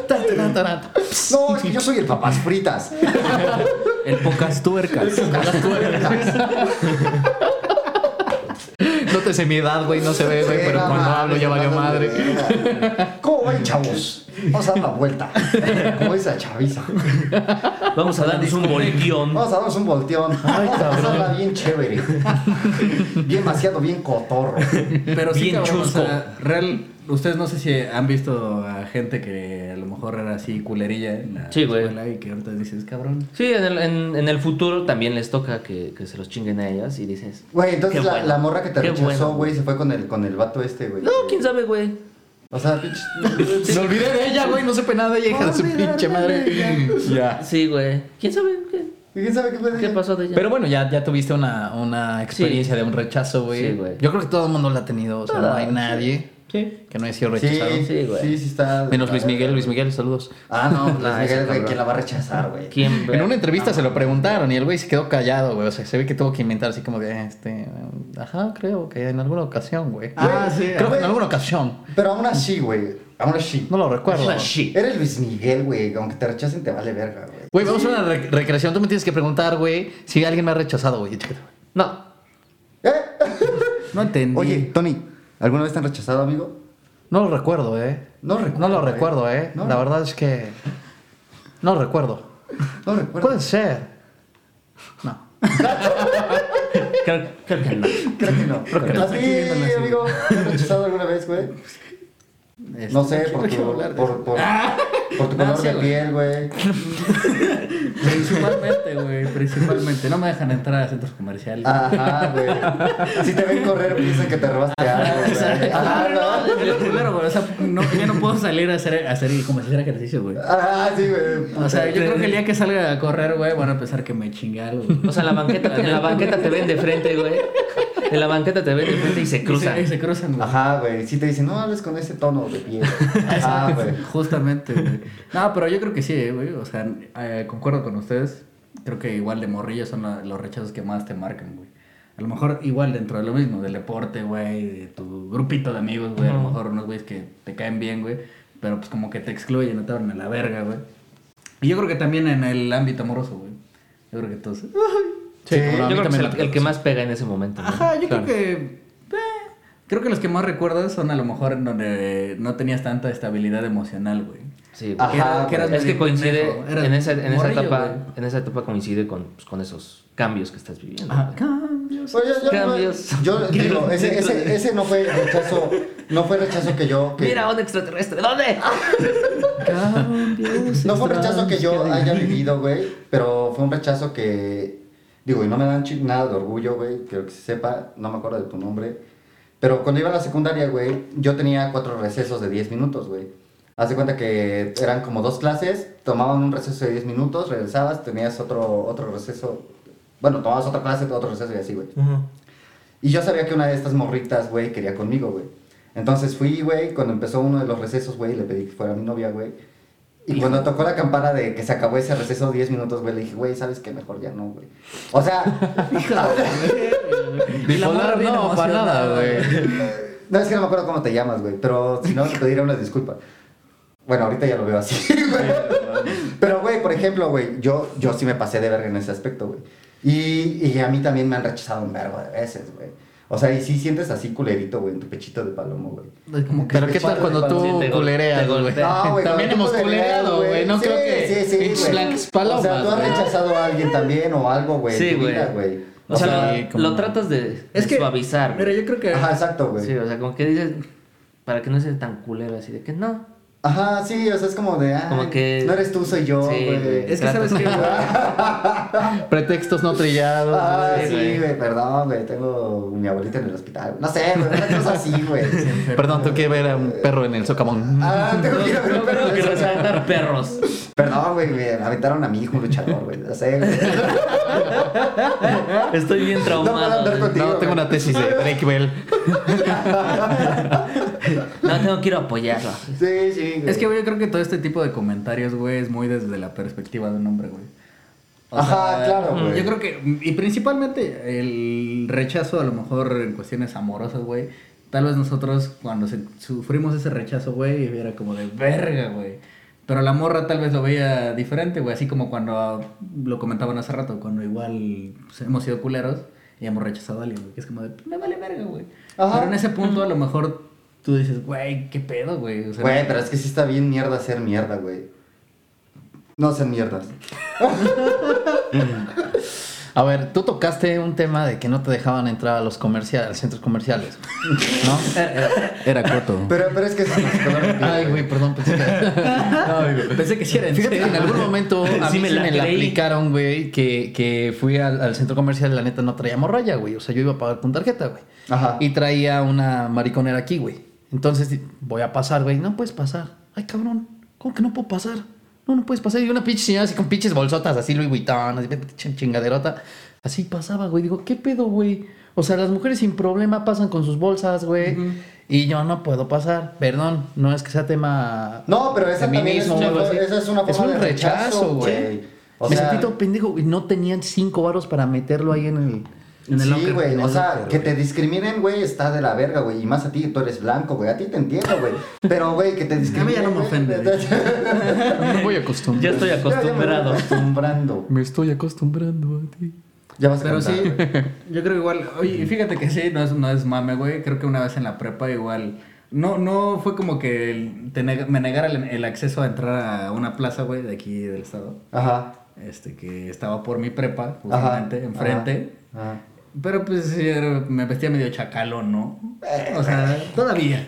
Speaker 4: Tan, tan, tan, tan.
Speaker 2: No, es que yo soy el papas fritas.
Speaker 1: El pocas tuercas.
Speaker 4: Nótese mi edad, güey, no se ve, güey, pero
Speaker 2: Venga,
Speaker 4: cuando hablo ya valió
Speaker 2: madre,
Speaker 4: madre.
Speaker 2: venga. ¿Cómo van, chavos? Vamos a dar una vuelta. Como dice la chaviza.
Speaker 3: Vamos a darles un volteón.
Speaker 2: Vamos a darnos un volteón. Vamos a pasarla bien chévere. Bien vaciado, bien cotorro.
Speaker 1: Pero sí,
Speaker 3: Bien
Speaker 1: cabrón, o
Speaker 3: chusco.
Speaker 1: sea, real, Ustedes no sé si han visto a gente que a lo mejor era así culerilla en la
Speaker 3: Sí, güey.
Speaker 1: escuela y que ahorita dices, cabrón.
Speaker 3: Sí, en el, en, en el futuro también les toca que, que se los chinguen a ellas y dices...
Speaker 2: Güey, entonces
Speaker 3: Qué
Speaker 2: la,
Speaker 3: bueno.
Speaker 2: la morra que te
Speaker 3: Qué bueno,
Speaker 2: rechazó,
Speaker 3: güey.
Speaker 2: güey, se fue con el, con el vato este, güey.
Speaker 3: No, quién sabe, güey.
Speaker 2: O sea, pinche.
Speaker 4: Me olvidé de ella, güey. No supe nada de ella, hija de su pinche madre. Ya.
Speaker 3: Sí, güey. ¿Quién sabe qué,
Speaker 2: ¿Quién sabe qué fue de
Speaker 3: qué
Speaker 2: ella?
Speaker 3: pasó de ella?
Speaker 4: Pero bueno, ya, ya tuviste una, una experiencia de un rechazo, güey.
Speaker 3: Sí, güey.
Speaker 4: Yo creo que todo el mundo la ha tenido. O sea, no
Speaker 3: Todas,
Speaker 4: hay
Speaker 3: sí.
Speaker 4: nadie
Speaker 3: Sí.
Speaker 4: que no haya sido
Speaker 2: Ah, Sí,
Speaker 4: rechazado.
Speaker 2: sí,
Speaker 3: güey.
Speaker 2: güey. Sí, sí está.
Speaker 4: Menos Luis Miguel, Luis Miguel, saludos.
Speaker 2: Ah, no, Luis
Speaker 3: Nah, ese
Speaker 2: Miguel, güey,
Speaker 3: cabrón.
Speaker 2: ¿quién la va a rechazar, güey?
Speaker 3: ¿Quién, güey?
Speaker 4: En una entrevista se lo preguntaron y el güey se quedó callado, güey. O sea, se ve que tuvo que inventar así como de, este, ajá, creo que en alguna ocasión, güey.
Speaker 1: Ah,
Speaker 2: Güey,
Speaker 1: sí.
Speaker 4: creo que
Speaker 2: güey.
Speaker 4: en alguna ocasión.
Speaker 2: Pero aún así, güey. Aún así.
Speaker 4: No lo recuerdo.
Speaker 3: Ah, shit.
Speaker 2: Eres Luis Miguel, güey. Aunque te rechacen, te vale verga, güey.
Speaker 4: Güey, vamos a una re- recreación. Tú me tienes que preguntar, güey, si alguien me ha rechazado, güey. Chécate, güey.
Speaker 3: No.
Speaker 2: ¿Eh?
Speaker 1: No entendí.
Speaker 2: Oye, Tony, ¿alguna vez te han rechazado, amigo?
Speaker 4: No lo recuerdo, eh.
Speaker 2: No recuerdo,
Speaker 4: No lo
Speaker 2: güey.
Speaker 4: recuerdo, eh.
Speaker 2: No
Speaker 4: La
Speaker 2: re-
Speaker 4: verdad es que. No lo recuerdo.
Speaker 2: No recuerdo.
Speaker 4: Puede ser. No.
Speaker 3: Creo, creo que no.
Speaker 2: Creo que no.
Speaker 1: que no.
Speaker 2: ¿A ti, amigo? ¿Te han rechazado alguna vez, güey?
Speaker 1: Este,
Speaker 2: No sé,
Speaker 1: ¿qué
Speaker 2: por
Speaker 1: voy a
Speaker 2: tu,
Speaker 1: hablar
Speaker 2: por,
Speaker 1: de
Speaker 2: por, por tu
Speaker 1: No,
Speaker 2: color
Speaker 1: sí,
Speaker 2: de
Speaker 1: güey.
Speaker 2: piel, güey.
Speaker 1: eso? Este, Principalmente, güey, principalmente. No me dejan entrar a centros comerciales.
Speaker 2: Ajá, güey. Si te ven correr, piensan que te robaste algo, güey. Ajá, no.
Speaker 1: Es lo primero, güey. O sea, Ah, no, ya no puedo salir a hacer, a hacer y como si hiciera ejercicio, güey.
Speaker 2: Ajá, sí, güey.
Speaker 1: O sea, yo creo que el día que salga a correr, güey, van a pensar que me chingué algo. güey.
Speaker 3: O sea, en la banqueta, en la banqueta te ven de frente, güey. En la banqueta te ven de frente y se cruzan.
Speaker 1: Y se, y se cruzan, güey.
Speaker 2: Ajá, güey. Si te dicen, no hables con ese tono de piel. Ajá, güey.
Speaker 1: Justamente, güey. No, pero yo creo que sí, eh, güey. O sea, eh, concuerdo con ustedes. Creo que igual de morrillo son la- los rechazos que más te marcan, güey. A lo mejor igual dentro de lo mismo, del deporte, güey, de tu grupito de amigos, güey. A lo mejor unos güeyes que te caen bien, güey. Pero pues como que te excluyen, no te abren a la verga, güey. Y yo creo que también en el ámbito amoroso, güey. Yo creo que todos...
Speaker 4: Sí,
Speaker 2: Sí,
Speaker 1: Eh,
Speaker 4: como
Speaker 2: yo
Speaker 3: Yo
Speaker 4: a mí
Speaker 3: creo que es
Speaker 4: también
Speaker 3: el,
Speaker 4: la-
Speaker 3: el que más pega en ese momento. ¿no?
Speaker 1: Ajá, yo creo que. eh, creo que los que más recuerdo son a lo mejor en donde no tenías tanta estabilidad emocional, güey.
Speaker 3: Sí, güey.
Speaker 2: Ajá,
Speaker 1: Ah, eras
Speaker 3: Es que
Speaker 1: medio
Speaker 3: coincide,
Speaker 1: pendejo, eras
Speaker 3: en esa, en, esa
Speaker 1: morrillo,
Speaker 3: etapa,
Speaker 1: güey.
Speaker 3: en esa etapa coincide con, pues, con esos cambios que estás viviendo.
Speaker 1: Ajá,
Speaker 3: güey.
Speaker 1: cambios.
Speaker 2: Oye, Pues yo,
Speaker 3: Cambios.
Speaker 2: yo digo, ese, ese, ese no fue rechazo, no fue rechazo que yo, que-
Speaker 3: Mira, un extraterrestre, ¿dónde?
Speaker 1: Cambios.
Speaker 2: no fue un
Speaker 1: extraños
Speaker 2: rechazo que yo
Speaker 1: de-
Speaker 2: haya vivido, güey, pero fue un rechazo que, digo, y no me dan chi- nada de orgullo, güey, quiero que se sepa, no me acuerdo de tu nombre, pero cuando iba a la secundaria, güey, yo tenía cuatro recesos de 10 minutos, güey. Haz de cuenta que eran como dos clases, tomaban un receso de 10 minutos, regresabas, tenías otro, otro receso, bueno, tomabas otra clase, otro receso y así, güey. Y yo sabía que una de estas morritas, güey, quería conmigo, güey. Entonces fui, güey, cuando empezó uno de los recesos, güey, le pedí que fuera mi novia, güey. Y cuando tocó la campana de que se acabó ese receso 10 minutos, güey, le dije, güey, ¿sabes qué? Mejor ya no, güey. O sea,
Speaker 1: Y la morra
Speaker 4: Bipolar
Speaker 1: bien
Speaker 4: no, para nada,
Speaker 1: emocionada,
Speaker 4: güey.
Speaker 2: no es que no me acuerdo cómo te llamas, güey, pero si no, te diré una disculpa. Bueno, ahorita ya lo veo así, güey. Pero, güey, por ejemplo, güey, yo, yo sí me pasé de verga en ese aspecto, güey. Y, y a mí también me han rechazado un vergo de veces, güey. O sea, y sí sientes así culerito, güey, en tu pechito de palomo, güey.
Speaker 1: Es como que
Speaker 4: Pero qué tal cuando tú
Speaker 3: Sí, te gol-
Speaker 4: culereas,
Speaker 3: te
Speaker 4: güey.
Speaker 3: golpea.
Speaker 2: No, güey,
Speaker 4: También
Speaker 2: cuando
Speaker 4: hemos
Speaker 2: tú te
Speaker 4: culereado, güey. No
Speaker 2: sí,
Speaker 4: creo que.
Speaker 2: Sí, sí,
Speaker 4: pinches
Speaker 2: güey.
Speaker 4: blancas
Speaker 2: O sea,
Speaker 4: palomas,
Speaker 2: tú has
Speaker 4: güey.
Speaker 2: rechazado a alguien también o algo, güey. en
Speaker 3: Sí,
Speaker 2: tu
Speaker 3: güey.
Speaker 2: vida, güey.
Speaker 3: O sea,
Speaker 4: sí,
Speaker 3: lo,
Speaker 4: como-
Speaker 3: lo tratas de, de
Speaker 1: Es que.
Speaker 3: suavizar.
Speaker 1: Mira,
Speaker 3: güey.
Speaker 1: yo creo que.
Speaker 2: Ajá, exacto, güey.
Speaker 3: Sí, o sea, como que dices, para que no sea tan culero así, de que no.
Speaker 2: Ajá, sí, o sea, es como de. ah,
Speaker 3: Como que-
Speaker 2: No eres tú, soy yo,
Speaker 3: Sí,
Speaker 2: güey.
Speaker 3: güey.
Speaker 1: Es que sabes que.
Speaker 4: Pretextos no trillados.
Speaker 2: Ah,
Speaker 3: Sí,
Speaker 2: sí,
Speaker 3: güey.
Speaker 2: güey, perdón, güey. Tengo a mi abuelita en el hospital. No sé, güey, una cosa así, güey.
Speaker 4: güey. Perdón, tengo que ver a un perro en el socavón.
Speaker 2: Ah, tengo que ir a ver,
Speaker 3: No
Speaker 2: pero-
Speaker 3: creo que resaltar perros.
Speaker 2: Perdón, güey, me aventaron a mi hijo un luchador, güey. No sé, güey.
Speaker 3: Estoy bien
Speaker 2: No puedo
Speaker 3: traumado.
Speaker 2: andar
Speaker 3: güey.
Speaker 2: contigo.
Speaker 4: No, tengo
Speaker 2: güey.
Speaker 4: una tesis de Drake Bell.
Speaker 3: No, tengo que ir a apoyarlo.
Speaker 2: Sí, sí, güey.
Speaker 1: Es que, güey, yo creo que todo este tipo de comentarios, güey, es muy desde la perspectiva de un hombre, güey. mm,
Speaker 2: Ajá, claro, güey.
Speaker 1: Yo creo que, y principalmente el rechazo, a lo mejor en cuestiones amorosas, güey. Tal vez nosotros, cuando se- sufrimos ese rechazo, güey, era como de verga, güey. Pero la morra tal vez lo veía diferente, güey. Así como cuando ah, lo comentaban hace rato, cuando igual pues, hemos sido culeros y hemos rechazado a alguien, güey. Que es como de, "Pues, me vale verga, güey.
Speaker 2: Ajá.
Speaker 1: Pero en ese punto, a lo mejor tú dices, güey, qué pedo, güey. O sea,
Speaker 2: Güey, pero es que sí está bien mierda ser mierda, güey. No sean mierdas.
Speaker 4: A ver, tú tocaste un tema de que no te dejaban entrar a los comerciales, a los centros comerciales, ¿no?
Speaker 1: Era Coto.
Speaker 2: Pero, pero es que es
Speaker 4: Ay, güey, perdón, pensé que...
Speaker 1: Pensé que sí era en
Speaker 4: Fíjate que en
Speaker 1: serio.
Speaker 4: algún momento a
Speaker 3: Sí
Speaker 4: mí
Speaker 3: me
Speaker 4: sí
Speaker 3: la
Speaker 4: me la
Speaker 3: creí.
Speaker 4: aplicaron, güey, que, que fui al, al centro comercial y la neta no traía morraya, güey. O sea, yo iba a pagar con tarjeta, güey.
Speaker 2: Ajá.
Speaker 4: Y traía una mariconera aquí, güey. Entonces, di- voy a pasar, güey. No puedes pasar. Ay, cabrón. ¿Cómo que no puedo pasar? No, no puedes pasar. Y una pinche señora así con pinches bolsotas, así Louis Vuitton, así pinche chingaderota. Así pasaba, güey. Digo, ¿qué pedo, güey? O sea, las mujeres sin problema pasan con sus bolsas, güey. Y yo no puedo pasar. Perdón, no es que sea tema...
Speaker 2: No, pero esa también es
Speaker 4: feminismo
Speaker 2: una
Speaker 4: o algo
Speaker 2: fo-
Speaker 4: así.
Speaker 2: esa es una forma
Speaker 4: un
Speaker 2: de
Speaker 4: rechazo,
Speaker 2: rechazo,
Speaker 4: güey.
Speaker 2: güey. O
Speaker 4: Me
Speaker 2: sea-
Speaker 4: sentí todo pendejo y no tenían cinco varos para meterlo ahí en el...
Speaker 1: En el
Speaker 2: Sí,
Speaker 1: locker,
Speaker 2: güey,
Speaker 1: en
Speaker 2: o
Speaker 1: el
Speaker 2: sea,
Speaker 1: locker,
Speaker 2: que
Speaker 1: güey.
Speaker 2: te discriminen, güey, está de la verga, güey. Y más a ti, tú eres blanco, güey. A ti te entiendo, güey. Pero, güey, que te discriminen.
Speaker 1: ya no me
Speaker 2: güey,
Speaker 1: ofende, de hecho.
Speaker 4: Me voy
Speaker 3: Ya
Speaker 4: acostumbrando.
Speaker 3: estoy
Speaker 2: Ya, ya me voy
Speaker 3: acostumbrado.
Speaker 2: Acostumbrando.
Speaker 4: Me estoy acostumbrando a ti.
Speaker 2: Ya vas a
Speaker 1: Pero
Speaker 2: cantar,
Speaker 1: sí,
Speaker 2: güey.
Speaker 1: yo creo igual, oye, fíjate que sí, no es, no es mame, güey, creo que una vez en la prepa igual, no, no fue como que el- te neg- me negara el, el acceso a entrar a una plaza, güey, de aquí del estado,
Speaker 2: Ajá.
Speaker 1: este, que estaba por mi prepa,
Speaker 2: Ajá.
Speaker 1: justamente, enfrente,
Speaker 2: Ajá. ajá.
Speaker 1: pero pues sí, era- me vestía medio chacalón, ¿no? O sea, todavía.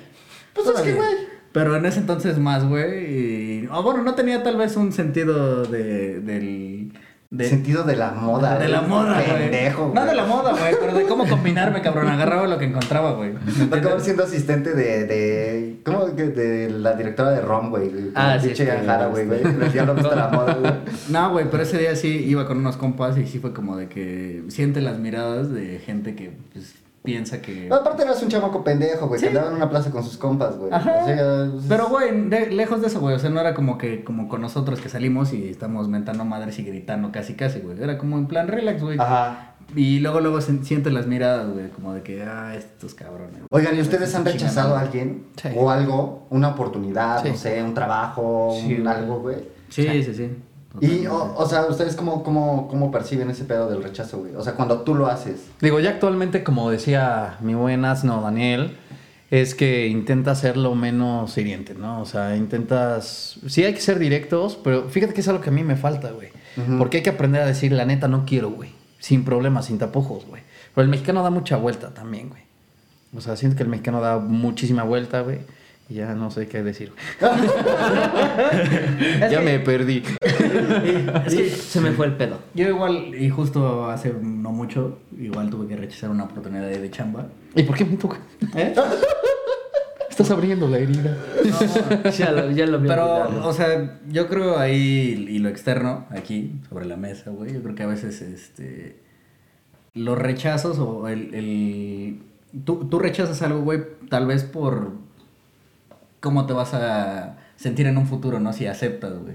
Speaker 2: Pues es que,
Speaker 1: todavía.
Speaker 2: güey.
Speaker 1: Pero en ese entonces más, güey, y, o bueno, no tenía tal vez un sentido de, del... de-
Speaker 2: Sentido de la moda.
Speaker 1: de la
Speaker 2: güey.
Speaker 1: moda, güey.
Speaker 2: Pendejo,
Speaker 1: No
Speaker 2: güey.
Speaker 1: de la moda, güey, pero de cómo combinarme, cabrón. Agarraba lo que encontraba, güey.
Speaker 2: Va a acabar siendo asistente de, de. ¿Cómo? que De la directora de ROM, güey.
Speaker 3: Ah, sí,
Speaker 2: Pinche
Speaker 3: es que-
Speaker 2: Ajara, güey, güey. El diablo viste la moda, güey.
Speaker 1: No, güey, pero ese día sí iba con unos compas y sí fue como de que siente las miradas de gente que pues, piensa que.
Speaker 2: No, aparte eras un chamaco pendejo, güey, que andaba en una plaza con sus compas, güey.
Speaker 1: Ajá.
Speaker 2: O sea, pues,
Speaker 1: Pero, güey, de- lejos de eso, güey. O sea, no era como que como con nosotros que salimos y estamos mentando madres y gritando casi, casi, güey. Era como en plan relax, güey.
Speaker 2: Ajá.
Speaker 1: Y luego, luego se- siente las miradas, güey, como de que, ah, estos cabrones.
Speaker 2: Oigan, ¿y ustedes han
Speaker 1: Chingando.
Speaker 2: rechazado a alguien?
Speaker 4: Sí.
Speaker 2: ¿O algo? ¿Una oportunidad?
Speaker 4: Sí.
Speaker 2: No sé, un trabajo,
Speaker 3: Sí,
Speaker 2: un
Speaker 3: güey.
Speaker 2: algo, güey.
Speaker 1: Sí, sí, sí.
Speaker 2: Y, o, o sea, ¿ustedes cómo, cómo, cómo perciben ese pedo del rechazo, güey? O sea, cuando tú lo haces.
Speaker 4: Digo, ya actualmente, como decía mi buen asno Daniel, es que intenta ser lo menos hiriente, ¿no? O sea, intentas. Sí, hay que ser directos, pero fíjate que es algo que a mí me falta, güey.
Speaker 2: Ujú.
Speaker 4: Porque hay que aprender a decir, la neta, no quiero, güey. Sin problemas, sin tapujos, güey. Pero el mexicano da mucha vuelta también, güey. O sea, siento que el mexicano da muchísima vuelta, güey. Y ya no sé qué decir. ya me perdí.
Speaker 3: Es que se me fue el pedo.
Speaker 1: Yo igual, y justo hace no mucho, igual tuve que rechazar una oportunidad de chamba.
Speaker 4: ¿Y por qué me toca?
Speaker 1: ¿Eh?
Speaker 4: Estás abriendo la herida.
Speaker 3: Ya lo, ya lo vi
Speaker 1: Pero,
Speaker 3: olvidado.
Speaker 1: o sea, yo creo ahí, y lo externo, aquí, sobre la mesa, güey, yo creo que a veces, este, los rechazos o el... el- tú, tú rechazas algo, güey, tal vez por cómo te vas a sentir en un futuro, ¿no? Si aceptas, güey.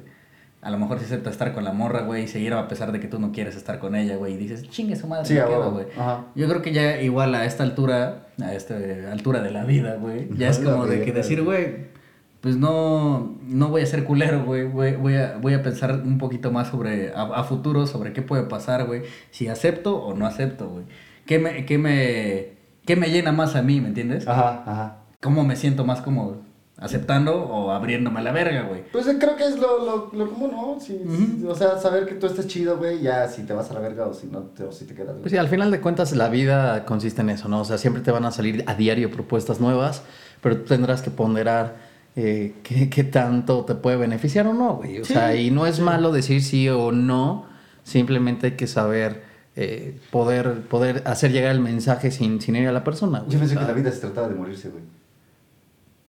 Speaker 1: A lo mejor si aceptas estar con la morra, güey, y seguir a pesar de que tú no quieres estar con ella, güey, y dices, chingue su madre,
Speaker 2: Sí,
Speaker 1: me
Speaker 2: a
Speaker 1: quedo,
Speaker 2: huevo.
Speaker 1: güey.
Speaker 2: Ajá.
Speaker 1: Yo creo que ya igual a esta altura, a esta eh, altura de la vida, güey, ya
Speaker 2: A
Speaker 1: es
Speaker 2: la
Speaker 1: como de que
Speaker 2: verga.
Speaker 1: decir, güey, pues no, no voy a ser culero, güey, güey, voy a, voy a pensar un poquito más sobre, a, a futuro, sobre qué puede pasar, güey, si acepto o no acepto, güey. ¿Qué me, qué me, qué me llena más a mí, me entiendes?
Speaker 2: Ajá, ajá.
Speaker 1: ¿Cómo me siento más cómodo? ¿Aceptando o abriéndome a la verga, güey?
Speaker 2: Pues eh, creo que es lo, lo, lo común, ¿no? Sí, sí, O sea, saber que tú estás chido, güey, ya si te vas a la verga o si no, te, o si te quedas. güey.
Speaker 4: Pues sí, al final de cuentas la vida consiste en eso, ¿no? O sea, siempre te van a salir a diario propuestas nuevas, pero tú tendrás que ponderar eh, qué, qué tanto te puede beneficiar o no, güey. O sea, y no es malo decir sí o no, simplemente hay que saber eh, poder, poder hacer llegar el mensaje sin, sin ir a la persona, güey.
Speaker 2: Yo pensé que la vida se trataba de morirse, güey.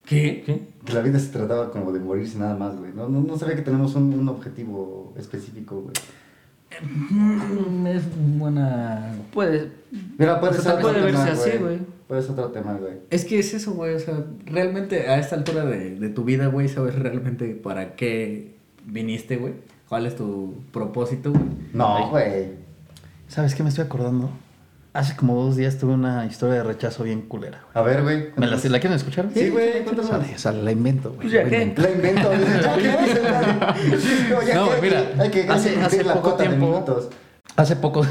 Speaker 1: ¿Qué?
Speaker 2: Que la vida se trataba como de morirse nada más, güey. No, no, no sabía que tenemos un, un objetivo específico, güey.
Speaker 1: Mm, Es buena...
Speaker 3: Puede-
Speaker 2: Mira, puede
Speaker 3: O sea,
Speaker 2: ser otro
Speaker 3: Pues puede
Speaker 2: tema,
Speaker 3: verse así, güey.
Speaker 2: Puede ser otro tema, güey.
Speaker 1: Es que es eso, güey. O sea, realmente a esta altura de, de tu vida, güey, sabes realmente para qué viniste, güey. ¿Cuál es tu propósito, güey?
Speaker 2: No, güey.
Speaker 4: ¿Sabes qué me estoy acordando? Hace como dos días tuve una historia de rechazo bien culera, güey.
Speaker 2: A ver, güey.
Speaker 4: ¿Me la, ¿La quieren escuchar?
Speaker 2: Sí, güey, cuéntanos.
Speaker 4: Sale, sale, la invento, güey.
Speaker 3: Pues ya
Speaker 4: la
Speaker 3: qué.
Speaker 4: invento.
Speaker 2: La invento. dice, ya, ¿qué dice, güey? Sí, no, ya
Speaker 4: No,
Speaker 2: que-
Speaker 4: güey, mira,
Speaker 2: Hay que, hay que
Speaker 4: hace-
Speaker 2: cumplir
Speaker 4: hace
Speaker 2: la
Speaker 4: poco
Speaker 2: cuota de
Speaker 4: tiempo-
Speaker 2: minutos.
Speaker 4: Hace poco.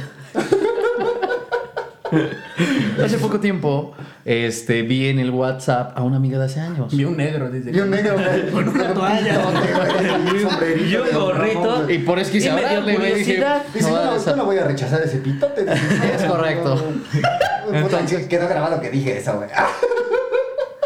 Speaker 4: Hace poco tiempo este, vi en el WhatsApp a una amiga de hace años.
Speaker 1: Vi un negro, dice.
Speaker 2: Y un negro, güey.
Speaker 1: Con una toalla.
Speaker 2: Y un sombrerito
Speaker 3: Y un
Speaker 2: de don Ramón,
Speaker 3: gorrito.
Speaker 2: güey.
Speaker 4: Y por eso quise
Speaker 3: Y me dio
Speaker 4: hablarle, güey, dije,
Speaker 3: curiosidad.
Speaker 2: Y si
Speaker 4: no,
Speaker 2: no,
Speaker 4: esa-
Speaker 2: yo no voy a rechazar ese pitote.
Speaker 4: Es correcto.
Speaker 2: Puta, quedó grabado que dije eso, güey. Ah.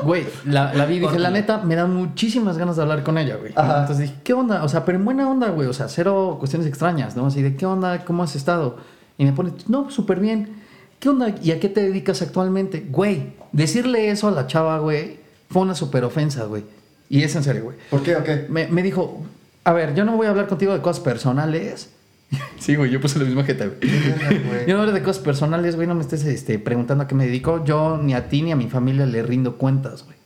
Speaker 4: Güey, la, la vi y dije, la neta, me dan muchísimas ganas de hablar con ella, güey.
Speaker 2: Ajá.
Speaker 4: Entonces dije, ¿qué onda? O sea, pero en buena onda, güey. O sea, cero cuestiones extrañas, ¿no? Así de, ¿qué onda? ¿Cómo has estado? Y me pone, no, súper bien. ¿Qué onda? ¿Y a qué te dedicas actualmente? Güey, decirle eso a la chava, güey, fue una súper ofensa, güey. Y es en serio, güey.
Speaker 2: ¿Por qué o qué?
Speaker 4: Me, me dijo, a ver, yo no voy a hablar contigo de cosas personales. Sí, güey, yo puse la misma jeta, güey. Yo no hablo de cosas personales, güey, no me estés este, preguntando a qué me dedico. Yo ni a ti ni a mi familia le rindo cuentas, güey.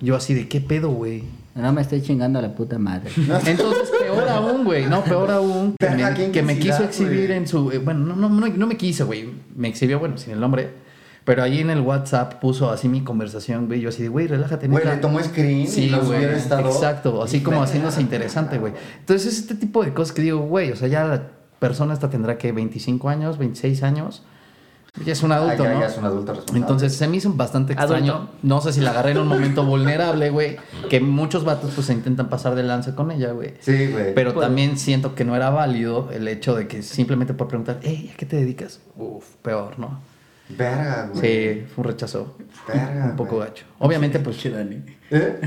Speaker 4: Yo así de qué pedo, güey.
Speaker 1: No me estoy chingando a la puta madre.
Speaker 4: Entonces, peor aún, güey. No, peor aún. Que
Speaker 2: Ajá, qué
Speaker 4: me, que me quiso
Speaker 2: intensidad,
Speaker 4: exhibir
Speaker 2: güey.
Speaker 4: en su. eh, bueno, no, no, no, no me quiso, güey. Me exhibió, bueno, sin el nombre. Pero ahí en el WhatsApp puso así mi conversación, güey. Yo así de, güey, relájate,
Speaker 2: Güey,
Speaker 4: neta.
Speaker 2: le tomó screen y
Speaker 4: Sí,
Speaker 2: los
Speaker 4: güey.
Speaker 2: hubiera estado.
Speaker 4: Exacto, así como haciéndose interesante, güey. Entonces, este tipo de cosas que digo, güey, o sea, ya la persona esta tendrá que 25 años, 26 años. Ya es un
Speaker 2: Ah,
Speaker 4: adulto,
Speaker 2: ya,
Speaker 4: ¿no?
Speaker 2: ya es un adulto responsable.
Speaker 4: Entonces se me hizo bastante extraño.
Speaker 3: Adulto.
Speaker 4: No sé si la agarré en un momento vulnerable, güey. Que muchos vatos pues se intentan pasar de lanza con ella, güey.
Speaker 2: Sí, güey.
Speaker 4: Pero
Speaker 3: Pues-
Speaker 4: también siento que no era válido el hecho de que simplemente por preguntar, hey, ¿a qué te dedicas? Uf, peor, ¿no?
Speaker 2: Verga, güey.
Speaker 4: Sí, fue un rechazo.
Speaker 2: Verga,
Speaker 4: Un poco
Speaker 2: güey.
Speaker 4: gacho. Obviamente, pues
Speaker 1: Che, Dani.
Speaker 2: ¿Eh?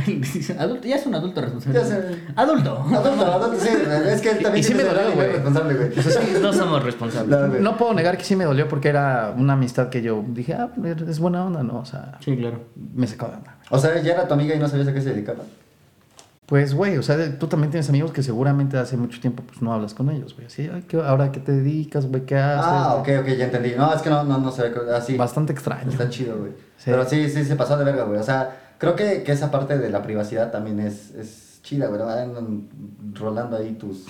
Speaker 1: Adulto, ya es un adulto responsable.
Speaker 2: Ya sé.
Speaker 1: Adulto.
Speaker 2: Adulto, adulto, sí. Es que él también
Speaker 4: Y sí
Speaker 2: tiene
Speaker 4: me
Speaker 2: ese
Speaker 4: dolió,
Speaker 2: lado
Speaker 4: güey.
Speaker 2: responsable, güey.
Speaker 3: No somos responsables.
Speaker 2: La- güey.
Speaker 4: No puedo negar que sí me dolió porque era una amistad que yo dije, ah, es buena onda, ¿no? O sea,
Speaker 3: Sí, claro.
Speaker 4: me sacó de onda.
Speaker 2: O sea, ya era tu amiga y no sabías a qué se dedicaba.
Speaker 4: Pues, güey, o sea, de- tú también tienes amigos que seguramente hace mucho tiempo pues no hablas con ellos, güey. Así, ay, ¿qué- ¿ahora qué te dedicas, güey? ¿Qué haces?
Speaker 2: Ah,
Speaker 4: güey?
Speaker 2: ok, ok, ya entendí. No, es que no, no, no se ve así.
Speaker 4: Bastante extraño.
Speaker 2: Está chido, güey.
Speaker 4: Sí.
Speaker 2: Pero sí, sí, se pasó de verga, güey. O sea, creo que, que esa parte de la privacidad también es, es chida, güey. No Andan rolando ahí tus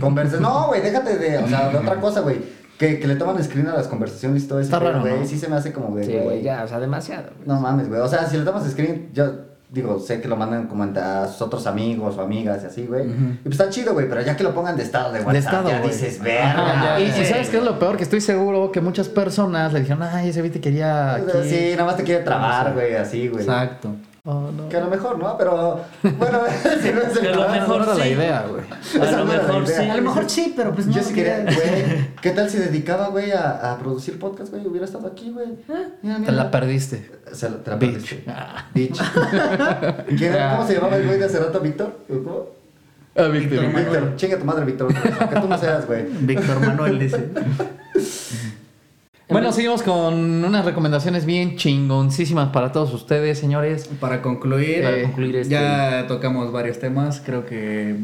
Speaker 2: conversas. No, güey, déjate de, o sea, de otra cosa, güey. Que, que le toman screen a las conversaciones y todo eso.
Speaker 4: Está
Speaker 2: pero,
Speaker 4: raro,
Speaker 2: güey.
Speaker 4: ¿no?
Speaker 2: Sí se me hace como de,
Speaker 3: Sí, güey, ya, o sea, demasiado. güey.
Speaker 2: No mames, güey. O sea, si le tomas screen, yo digo, sé que lo mandan como a sus otros amigos o amigas y así, güey. Y pues está chido, güey, pero ya que lo pongan de estado de WhatsApp,
Speaker 4: estado,
Speaker 2: ya
Speaker 4: güey.
Speaker 2: dices,
Speaker 4: Ajá,
Speaker 3: Ah,
Speaker 2: verga.
Speaker 4: y, y
Speaker 2: güey".
Speaker 4: sabes qué es lo peor, que estoy seguro que muchas personas le dijeron, ay, ese viste quería
Speaker 2: O sea,
Speaker 4: aquí.
Speaker 2: Sí, nada más te quiere trabar, güey, así, güey.
Speaker 1: Exacto.
Speaker 4: Oh, no.
Speaker 2: Que a lo mejor, ¿no? Pero, bueno, si no es el
Speaker 3: Que a lo
Speaker 2: trabajo.
Speaker 3: mejor
Speaker 4: no era la
Speaker 3: sí.
Speaker 4: idea, güey.
Speaker 2: Esa
Speaker 3: A lo
Speaker 2: no era la
Speaker 3: mejor
Speaker 2: idea.
Speaker 3: sí.
Speaker 1: A lo mejor sí, pero pues no.
Speaker 2: Yo
Speaker 1: lo
Speaker 2: sí quería,
Speaker 1: quería.
Speaker 2: güey. ¿Qué tal si dedicaba, güey, a, a producir podcast, güey? Hubiera estado aquí, güey.
Speaker 1: Ah,
Speaker 2: Mira,
Speaker 4: Te
Speaker 2: mira.
Speaker 4: la perdiste.
Speaker 2: Se la, te la
Speaker 4: Bitch.
Speaker 2: perdiste.
Speaker 4: Ah.
Speaker 2: Bitch. ¿Quién
Speaker 3: Ah.
Speaker 2: era? ¿Cómo se llamaba el güey de hace rato, Víctor? ¿Cómo?
Speaker 4: Ah, Víctor.
Speaker 2: Víctor. Chinga tu madre, Víctor. Que tú no seas, güey.
Speaker 1: Víctor Manuel dice.
Speaker 4: Bueno, seguimos con unas recomendaciones bien chingoncísimas para todos ustedes, señores.
Speaker 1: Para concluir,
Speaker 4: Para
Speaker 1: eh,
Speaker 3: concluir este-
Speaker 1: ya tocamos varios temas. Creo que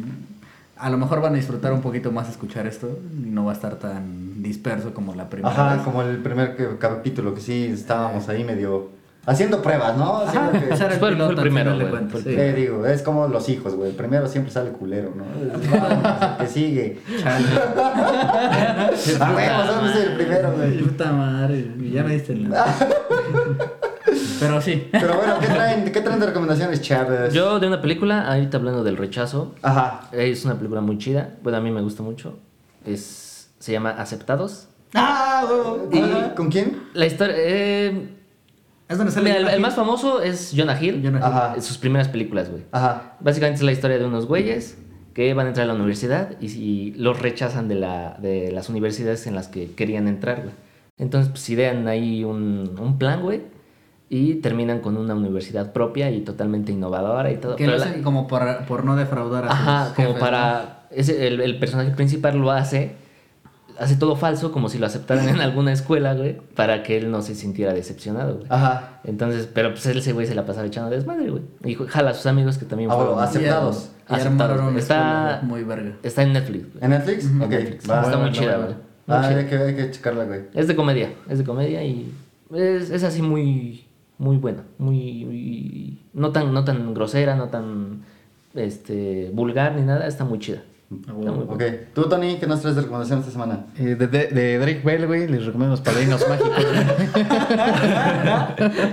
Speaker 1: a lo mejor van a disfrutar un poquito más escuchar esto. Y no va a estar tan disperso como la primera.
Speaker 2: Ajá,
Speaker 1: vez.
Speaker 2: como el primer que- capítulo que sí estábamos ahí medio haciendo pruebas, ¿no? Haciendo que-
Speaker 1: O sea, era
Speaker 3: Fue el- fue el
Speaker 1: piloto, al
Speaker 3: primero,
Speaker 1: final de
Speaker 3: güey,
Speaker 1: cuentas,
Speaker 3: fue
Speaker 1: sí.
Speaker 3: el
Speaker 2: Te digo, es como los hijos, güey. El primero siempre sale culero, ¿no? Vamos, el que sigue. A huevo, somos el primero, güey.
Speaker 1: Puta madre, ya me diste el- Pero sí.
Speaker 2: Pero bueno, ¿qué traen, ¿qué traen de recomendaciones, Chávez?
Speaker 3: Yo de una película, ahorita hablando del rechazo,
Speaker 2: Ajá.
Speaker 3: es una película muy chida. Bueno, a mí me gusta mucho. Es, se llama Aceptados.
Speaker 1: ¡Ah,
Speaker 2: ¿Y con quién?
Speaker 3: La historia... eh,
Speaker 1: Es donde sale
Speaker 3: mira, el,
Speaker 1: Jonah
Speaker 3: el
Speaker 1: Hill.
Speaker 3: más famoso es Jonah Hill.
Speaker 1: Jonah Hill.
Speaker 2: Ajá.
Speaker 3: En Sus primeras películas, güey.
Speaker 2: Ajá.
Speaker 3: Básicamente es la historia de unos güeyes que van a entrar a la universidad y, y los rechazan de, la, de las universidades en las que querían entrar, güey. Entonces, pues idean ahí un, un plan, güey, y terminan con una universidad propia y totalmente innovadora y todo.
Speaker 1: Que lo
Speaker 3: Pero la-
Speaker 1: hacen como para, por no defraudar a sus
Speaker 3: Ajá, como
Speaker 1: jefes, ¿no?
Speaker 3: para... ese- el, el personaje principal lo hace, hace todo falso, como si lo aceptaran en alguna escuela, güey, para que él no se sintiera decepcionado, güey.
Speaker 2: Ajá.
Speaker 3: Entonces, pero pues ese güey se la pasaba echando desmadre, güey. Y jala a sus amigos que también
Speaker 2: Ah, bueno,
Speaker 3: fueron-
Speaker 1: Y armaron-
Speaker 2: Aceptados.
Speaker 1: y armaron
Speaker 3: Aceptados,
Speaker 1: una
Speaker 3: güey. Está-
Speaker 1: escuela muy verga.
Speaker 3: Está en Netflix, güey.
Speaker 2: ¿En Netflix? Ok, va.
Speaker 3: Está muy
Speaker 2: Va,
Speaker 3: chida,
Speaker 2: va,
Speaker 3: güey.
Speaker 2: va.
Speaker 3: Muy
Speaker 2: Ah,
Speaker 3: chida.
Speaker 2: hay que, hay que checarla, güey.
Speaker 3: Es de comedia, es de comedia y es, es así muy, muy buena, muy, muy- no tan, no tan grosera, no tan, este, vulgar ni nada, está muy chida. Está muy
Speaker 2: Ok. Tú, Tony, ¿qué nos traes de recomendación esta semana?
Speaker 4: Eh, de, de- de Drake Bell, güey, les recomiendo los padrinos mágicos.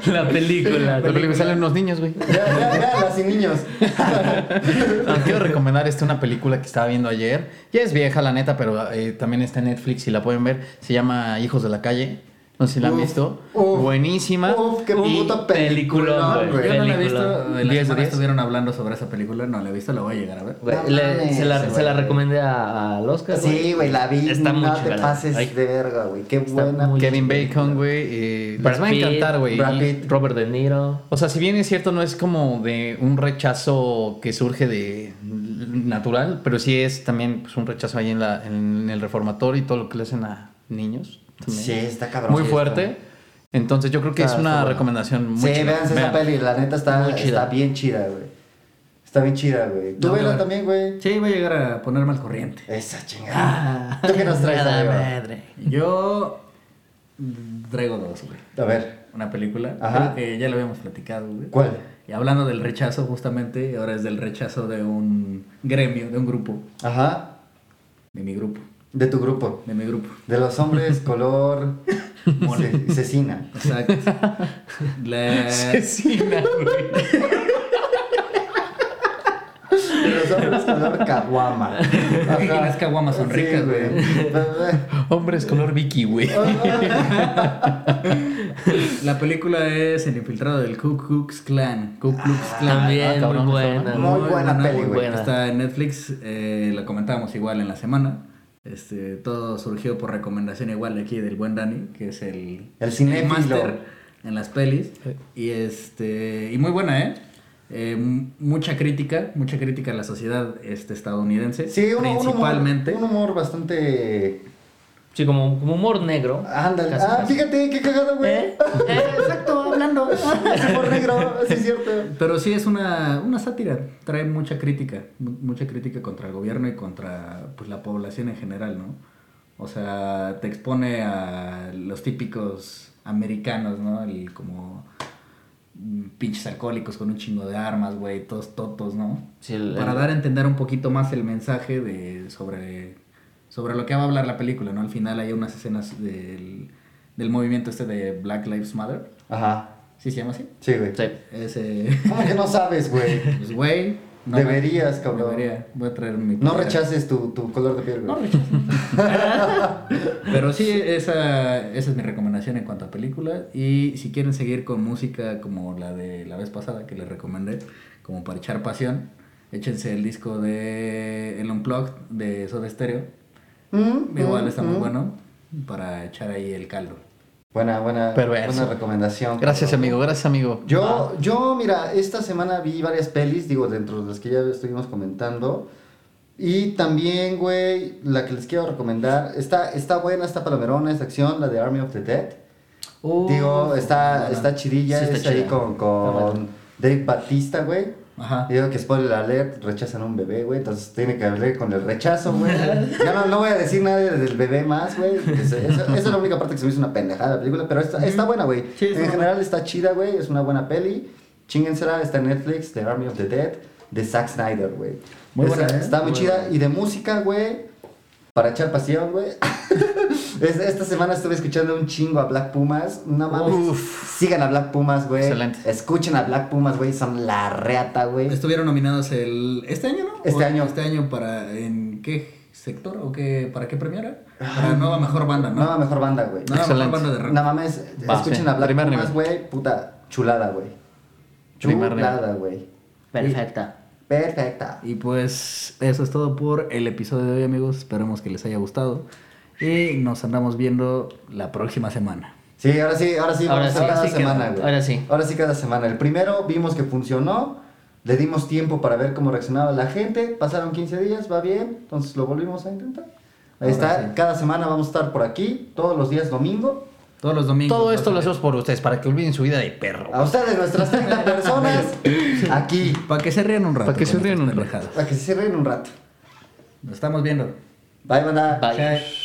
Speaker 3: La película.
Speaker 4: Pero le salen unos niños, güey.
Speaker 2: Ya, ya, ya, las sin niños.
Speaker 4: Ah, quiero recomendar este, una película que estaba viendo ayer. Ya es vieja, la neta, pero eh, también está en Netflix y la pueden ver. Se llama Hijos de la Calle. No sé si la han
Speaker 2: Uf,
Speaker 4: visto.
Speaker 2: uf,
Speaker 4: Buenísima.
Speaker 2: Uf, qué
Speaker 4: Y
Speaker 2: puta película,
Speaker 4: peliculón,
Speaker 2: güey.
Speaker 1: Yo no la he
Speaker 3: Película.
Speaker 1: visto. eh, La
Speaker 4: 10 de
Speaker 1: semana
Speaker 4: 10.
Speaker 1: estuvieron hablando sobre esa película. No la he visto, la voy a llegar a ver.
Speaker 3: Güey,
Speaker 2: No
Speaker 3: le-
Speaker 2: mames,
Speaker 3: se, la,
Speaker 2: güey.
Speaker 3: se la recomendé a, al Oscar.
Speaker 2: Sí, güey, la vi.
Speaker 3: Pues Está muy
Speaker 2: no te
Speaker 3: chingona.
Speaker 2: pases
Speaker 3: Ay.
Speaker 2: de verga, güey. Qué buena.
Speaker 3: muy-
Speaker 4: Kevin Bacon, güey. eh,
Speaker 3: Brad
Speaker 4: les va a
Speaker 3: Pitt,
Speaker 4: encantar, güey.
Speaker 2: Brad
Speaker 4: Y-
Speaker 2: Pitt.
Speaker 3: Robert De Niro.
Speaker 4: O sea, si bien es cierto, no es como de un rechazo que surge de natural, pero sí es también pues, un rechazo ahí en, la, en el reformatorio y todo lo que le hacen a niños. también.
Speaker 2: Sí, está cabrón.
Speaker 4: Muy
Speaker 2: Sí,
Speaker 4: fuerte. Entonces yo creo que
Speaker 3: Está-
Speaker 4: es una
Speaker 3: está bueno.
Speaker 4: recomendación
Speaker 2: está.
Speaker 4: muy
Speaker 2: Sí,
Speaker 4: chida.
Speaker 2: véanse esa
Speaker 4: Vean.
Speaker 2: peli. La neta está,
Speaker 3: Muy chida.
Speaker 2: está bien chida, güey. Está bien chida, güey. Tú
Speaker 1: No,
Speaker 2: vela
Speaker 1: claro.
Speaker 2: también, güey.
Speaker 1: Sí, voy a llegar a ponerme al corriente.
Speaker 2: Esa chingada. ¿Tú qué nos traes,
Speaker 3: Ah, Nada,
Speaker 2: amigo?
Speaker 3: madre.
Speaker 1: Yo mm, traigo dos, güey.
Speaker 2: A ver,
Speaker 1: Una película.
Speaker 2: Ajá.
Speaker 1: Creo que ya lo habíamos platicado, güey.
Speaker 2: ¿cuál?
Speaker 1: Y hablando del rechazo, justamente, ahora es del rechazo de un gremio, de un grupo,
Speaker 2: Ajá.
Speaker 1: de mi grupo,
Speaker 2: De tu grupo.
Speaker 1: de mi grupo.
Speaker 2: De los hombres color. ce- Cecina.
Speaker 1: Exacto. La-
Speaker 4: Asesina, güey.
Speaker 2: De los hombres color caguama. Ajá.
Speaker 1: Y las caguamas son
Speaker 2: Sí, Pues,
Speaker 1: ricas,
Speaker 4: Hombres color Vicky, güey.
Speaker 2: eh.
Speaker 1: La película es El infiltrado del Ku Klux Klan. Ku Klux Klan.
Speaker 3: También
Speaker 4: cabrón,
Speaker 3: muy
Speaker 4: está
Speaker 3: buena.
Speaker 2: Ah, Muy buena peli,
Speaker 1: muy
Speaker 2: güey.
Speaker 3: buena.
Speaker 1: Está en Netflix, eh, la comentábamos igual en la semana. Este, todo surgió por recomendación igual de aquí del buen Dani, que es el,
Speaker 2: El cinéfilo.
Speaker 1: máster en las pelis. Y este y muy buena, ¿eh? Eh, m- mucha crítica, mucha crítica a la sociedad este, estadounidense.
Speaker 2: Sí, un, un
Speaker 1: principalmente.
Speaker 2: humor, un humor bastante.
Speaker 3: Sí, como, como humor negro.
Speaker 2: Ándale.
Speaker 3: Casi,
Speaker 2: ah,
Speaker 3: casi.
Speaker 2: fíjate, qué cagado, güey.
Speaker 3: ¿Eh?
Speaker 2: Exacto, hablando. Es humor negro, sí es cierto.
Speaker 1: Pero sí es una, una sátira, trae mucha crítica, mu- mucha crítica contra el gobierno y contra pues, la población en general, ¿no? O sea, te expone a los típicos americanos, ¿no? El como mm, pinches alcohólicos con un chingo de armas, güey, todos totos, ¿no?
Speaker 3: Sí, el-
Speaker 1: Para dar a entender un poquito más el mensaje de sobre, sobre lo que va a hablar la película, ¿no? Al final hay unas escenas del, del movimiento este de Black Lives Matter,
Speaker 2: Ajá.
Speaker 1: ¿sí se llama así?
Speaker 2: Sí, güey.
Speaker 3: Sí.
Speaker 1: Ese...
Speaker 2: ¿Cómo que no sabes, güey?
Speaker 1: Pues, güey.
Speaker 2: Deberías, cabrón.
Speaker 1: Debería. Voy a traer mi.
Speaker 2: No rechaces tu, tu color de piel,
Speaker 1: No
Speaker 2: güey.
Speaker 1: rechaces. Pero sí, esa, esa es mi recomendación en cuanto a película. Y si quieren seguir con música como la de la vez pasada que les recomendé, como para echar pasión, échense el disco de El Unplugged de Soda Stereo.
Speaker 2: Mm,
Speaker 1: Igual
Speaker 2: mm,
Speaker 1: está muy
Speaker 2: mm.
Speaker 1: bueno para echar ahí el caldo.
Speaker 2: Buena, buena,
Speaker 4: Perverso.
Speaker 2: buena recomendación.
Speaker 4: Gracias,
Speaker 2: cabrón.
Speaker 4: amigo. Gracias, amigo.
Speaker 2: Yo, yo, mira, esta semana vi varias pelis, digo, dentro de las que ya estuvimos comentando. Y también, güey, la que les quiero recomendar, está, está buena, está palomerona, esta acción, la de Army of the Dead. digo, está,
Speaker 1: bueno.
Speaker 2: está chidilla,
Speaker 3: Sí, está
Speaker 2: está ahí
Speaker 3: chida.
Speaker 2: con, con Dave Batista, güey.
Speaker 1: Ajá.
Speaker 2: Digo que spoiler alert, rechazan a un bebé, güey, entonces tiene que ver con el rechazo, güey. ya no, no voy a decir nada del bebé más, güey. Esa, esa- esa es la única parte que se me hizo una pendejada de la película, pero está, está buena, güey.
Speaker 1: Sí, está
Speaker 2: en
Speaker 1: buena.
Speaker 2: general está chida, güey, es una buena peli. Chingensera, está en Netflix, The Army of the Dead, de Zack Snyder, güey.
Speaker 1: Muy
Speaker 2: Esa-
Speaker 1: buena, ¿eh?
Speaker 2: Está muy,
Speaker 1: Muy
Speaker 2: chida.
Speaker 1: buena.
Speaker 2: Y de música, güey, para echar pasión, güey. Es- Esta semana estuve escuchando un chingo a Black Pumas. No mames. Sigan a Black Pumas, güey.
Speaker 4: Excelente.
Speaker 2: Escuchen a Black Pumas, güey. Son la reata, güey.
Speaker 1: Estuvieron nominados el este año, ¿no?
Speaker 2: Este
Speaker 1: ¿O
Speaker 2: año.
Speaker 1: Este año para en qué sector o qué para qué premio era? Para nueva mejor banda, ¿no?
Speaker 2: Nueva mejor banda, güey.
Speaker 1: Nueva mejor
Speaker 4: Excelente.
Speaker 1: banda de rock.
Speaker 2: No mames.
Speaker 4: Va,
Speaker 2: Escuchen
Speaker 4: sí.
Speaker 2: a Black
Speaker 4: Primer
Speaker 2: Pumas,
Speaker 4: nivel.
Speaker 2: güey. Puta chulada, güey.
Speaker 4: Primer nivel.
Speaker 2: Chulada, güey.
Speaker 3: Perfecta.
Speaker 2: Perfecta.
Speaker 1: Y pues eso es todo por el episodio de hoy, amigos. Esperemos que les haya gustado y nos andamos viendo la próxima semana.
Speaker 2: Sí, ahora sí, ahora sí,
Speaker 3: Ahora
Speaker 2: vamos a
Speaker 3: sí,
Speaker 2: cada
Speaker 3: ahora sí
Speaker 2: semana,
Speaker 3: queda-
Speaker 2: güey.
Speaker 3: ahora sí.
Speaker 2: Ahora sí cada semana. El primero vimos que funcionó, le dimos tiempo para ver cómo reaccionaba la gente, pasaron 15 días, va bien, entonces lo volvimos a intentar.
Speaker 1: Ahora
Speaker 2: Ahí está,
Speaker 1: sí.
Speaker 2: cada semana vamos a estar por aquí, todos los días domingo.
Speaker 1: Todos los domingos.
Speaker 4: Todo esto lo
Speaker 1: vas a
Speaker 4: hacemos por ustedes, para que olviden su vida de perro.
Speaker 2: A ustedes, nuestras 30 personas, aquí,
Speaker 1: ver. para que se rían un rato.
Speaker 4: Para que
Speaker 1: con
Speaker 4: se rían
Speaker 1: nuestras
Speaker 4: un rato.
Speaker 1: pendejadas.
Speaker 2: para que se cierren un rato.
Speaker 1: Nos estamos viendo.
Speaker 2: Bye, banda.
Speaker 3: Bye.
Speaker 1: Chao.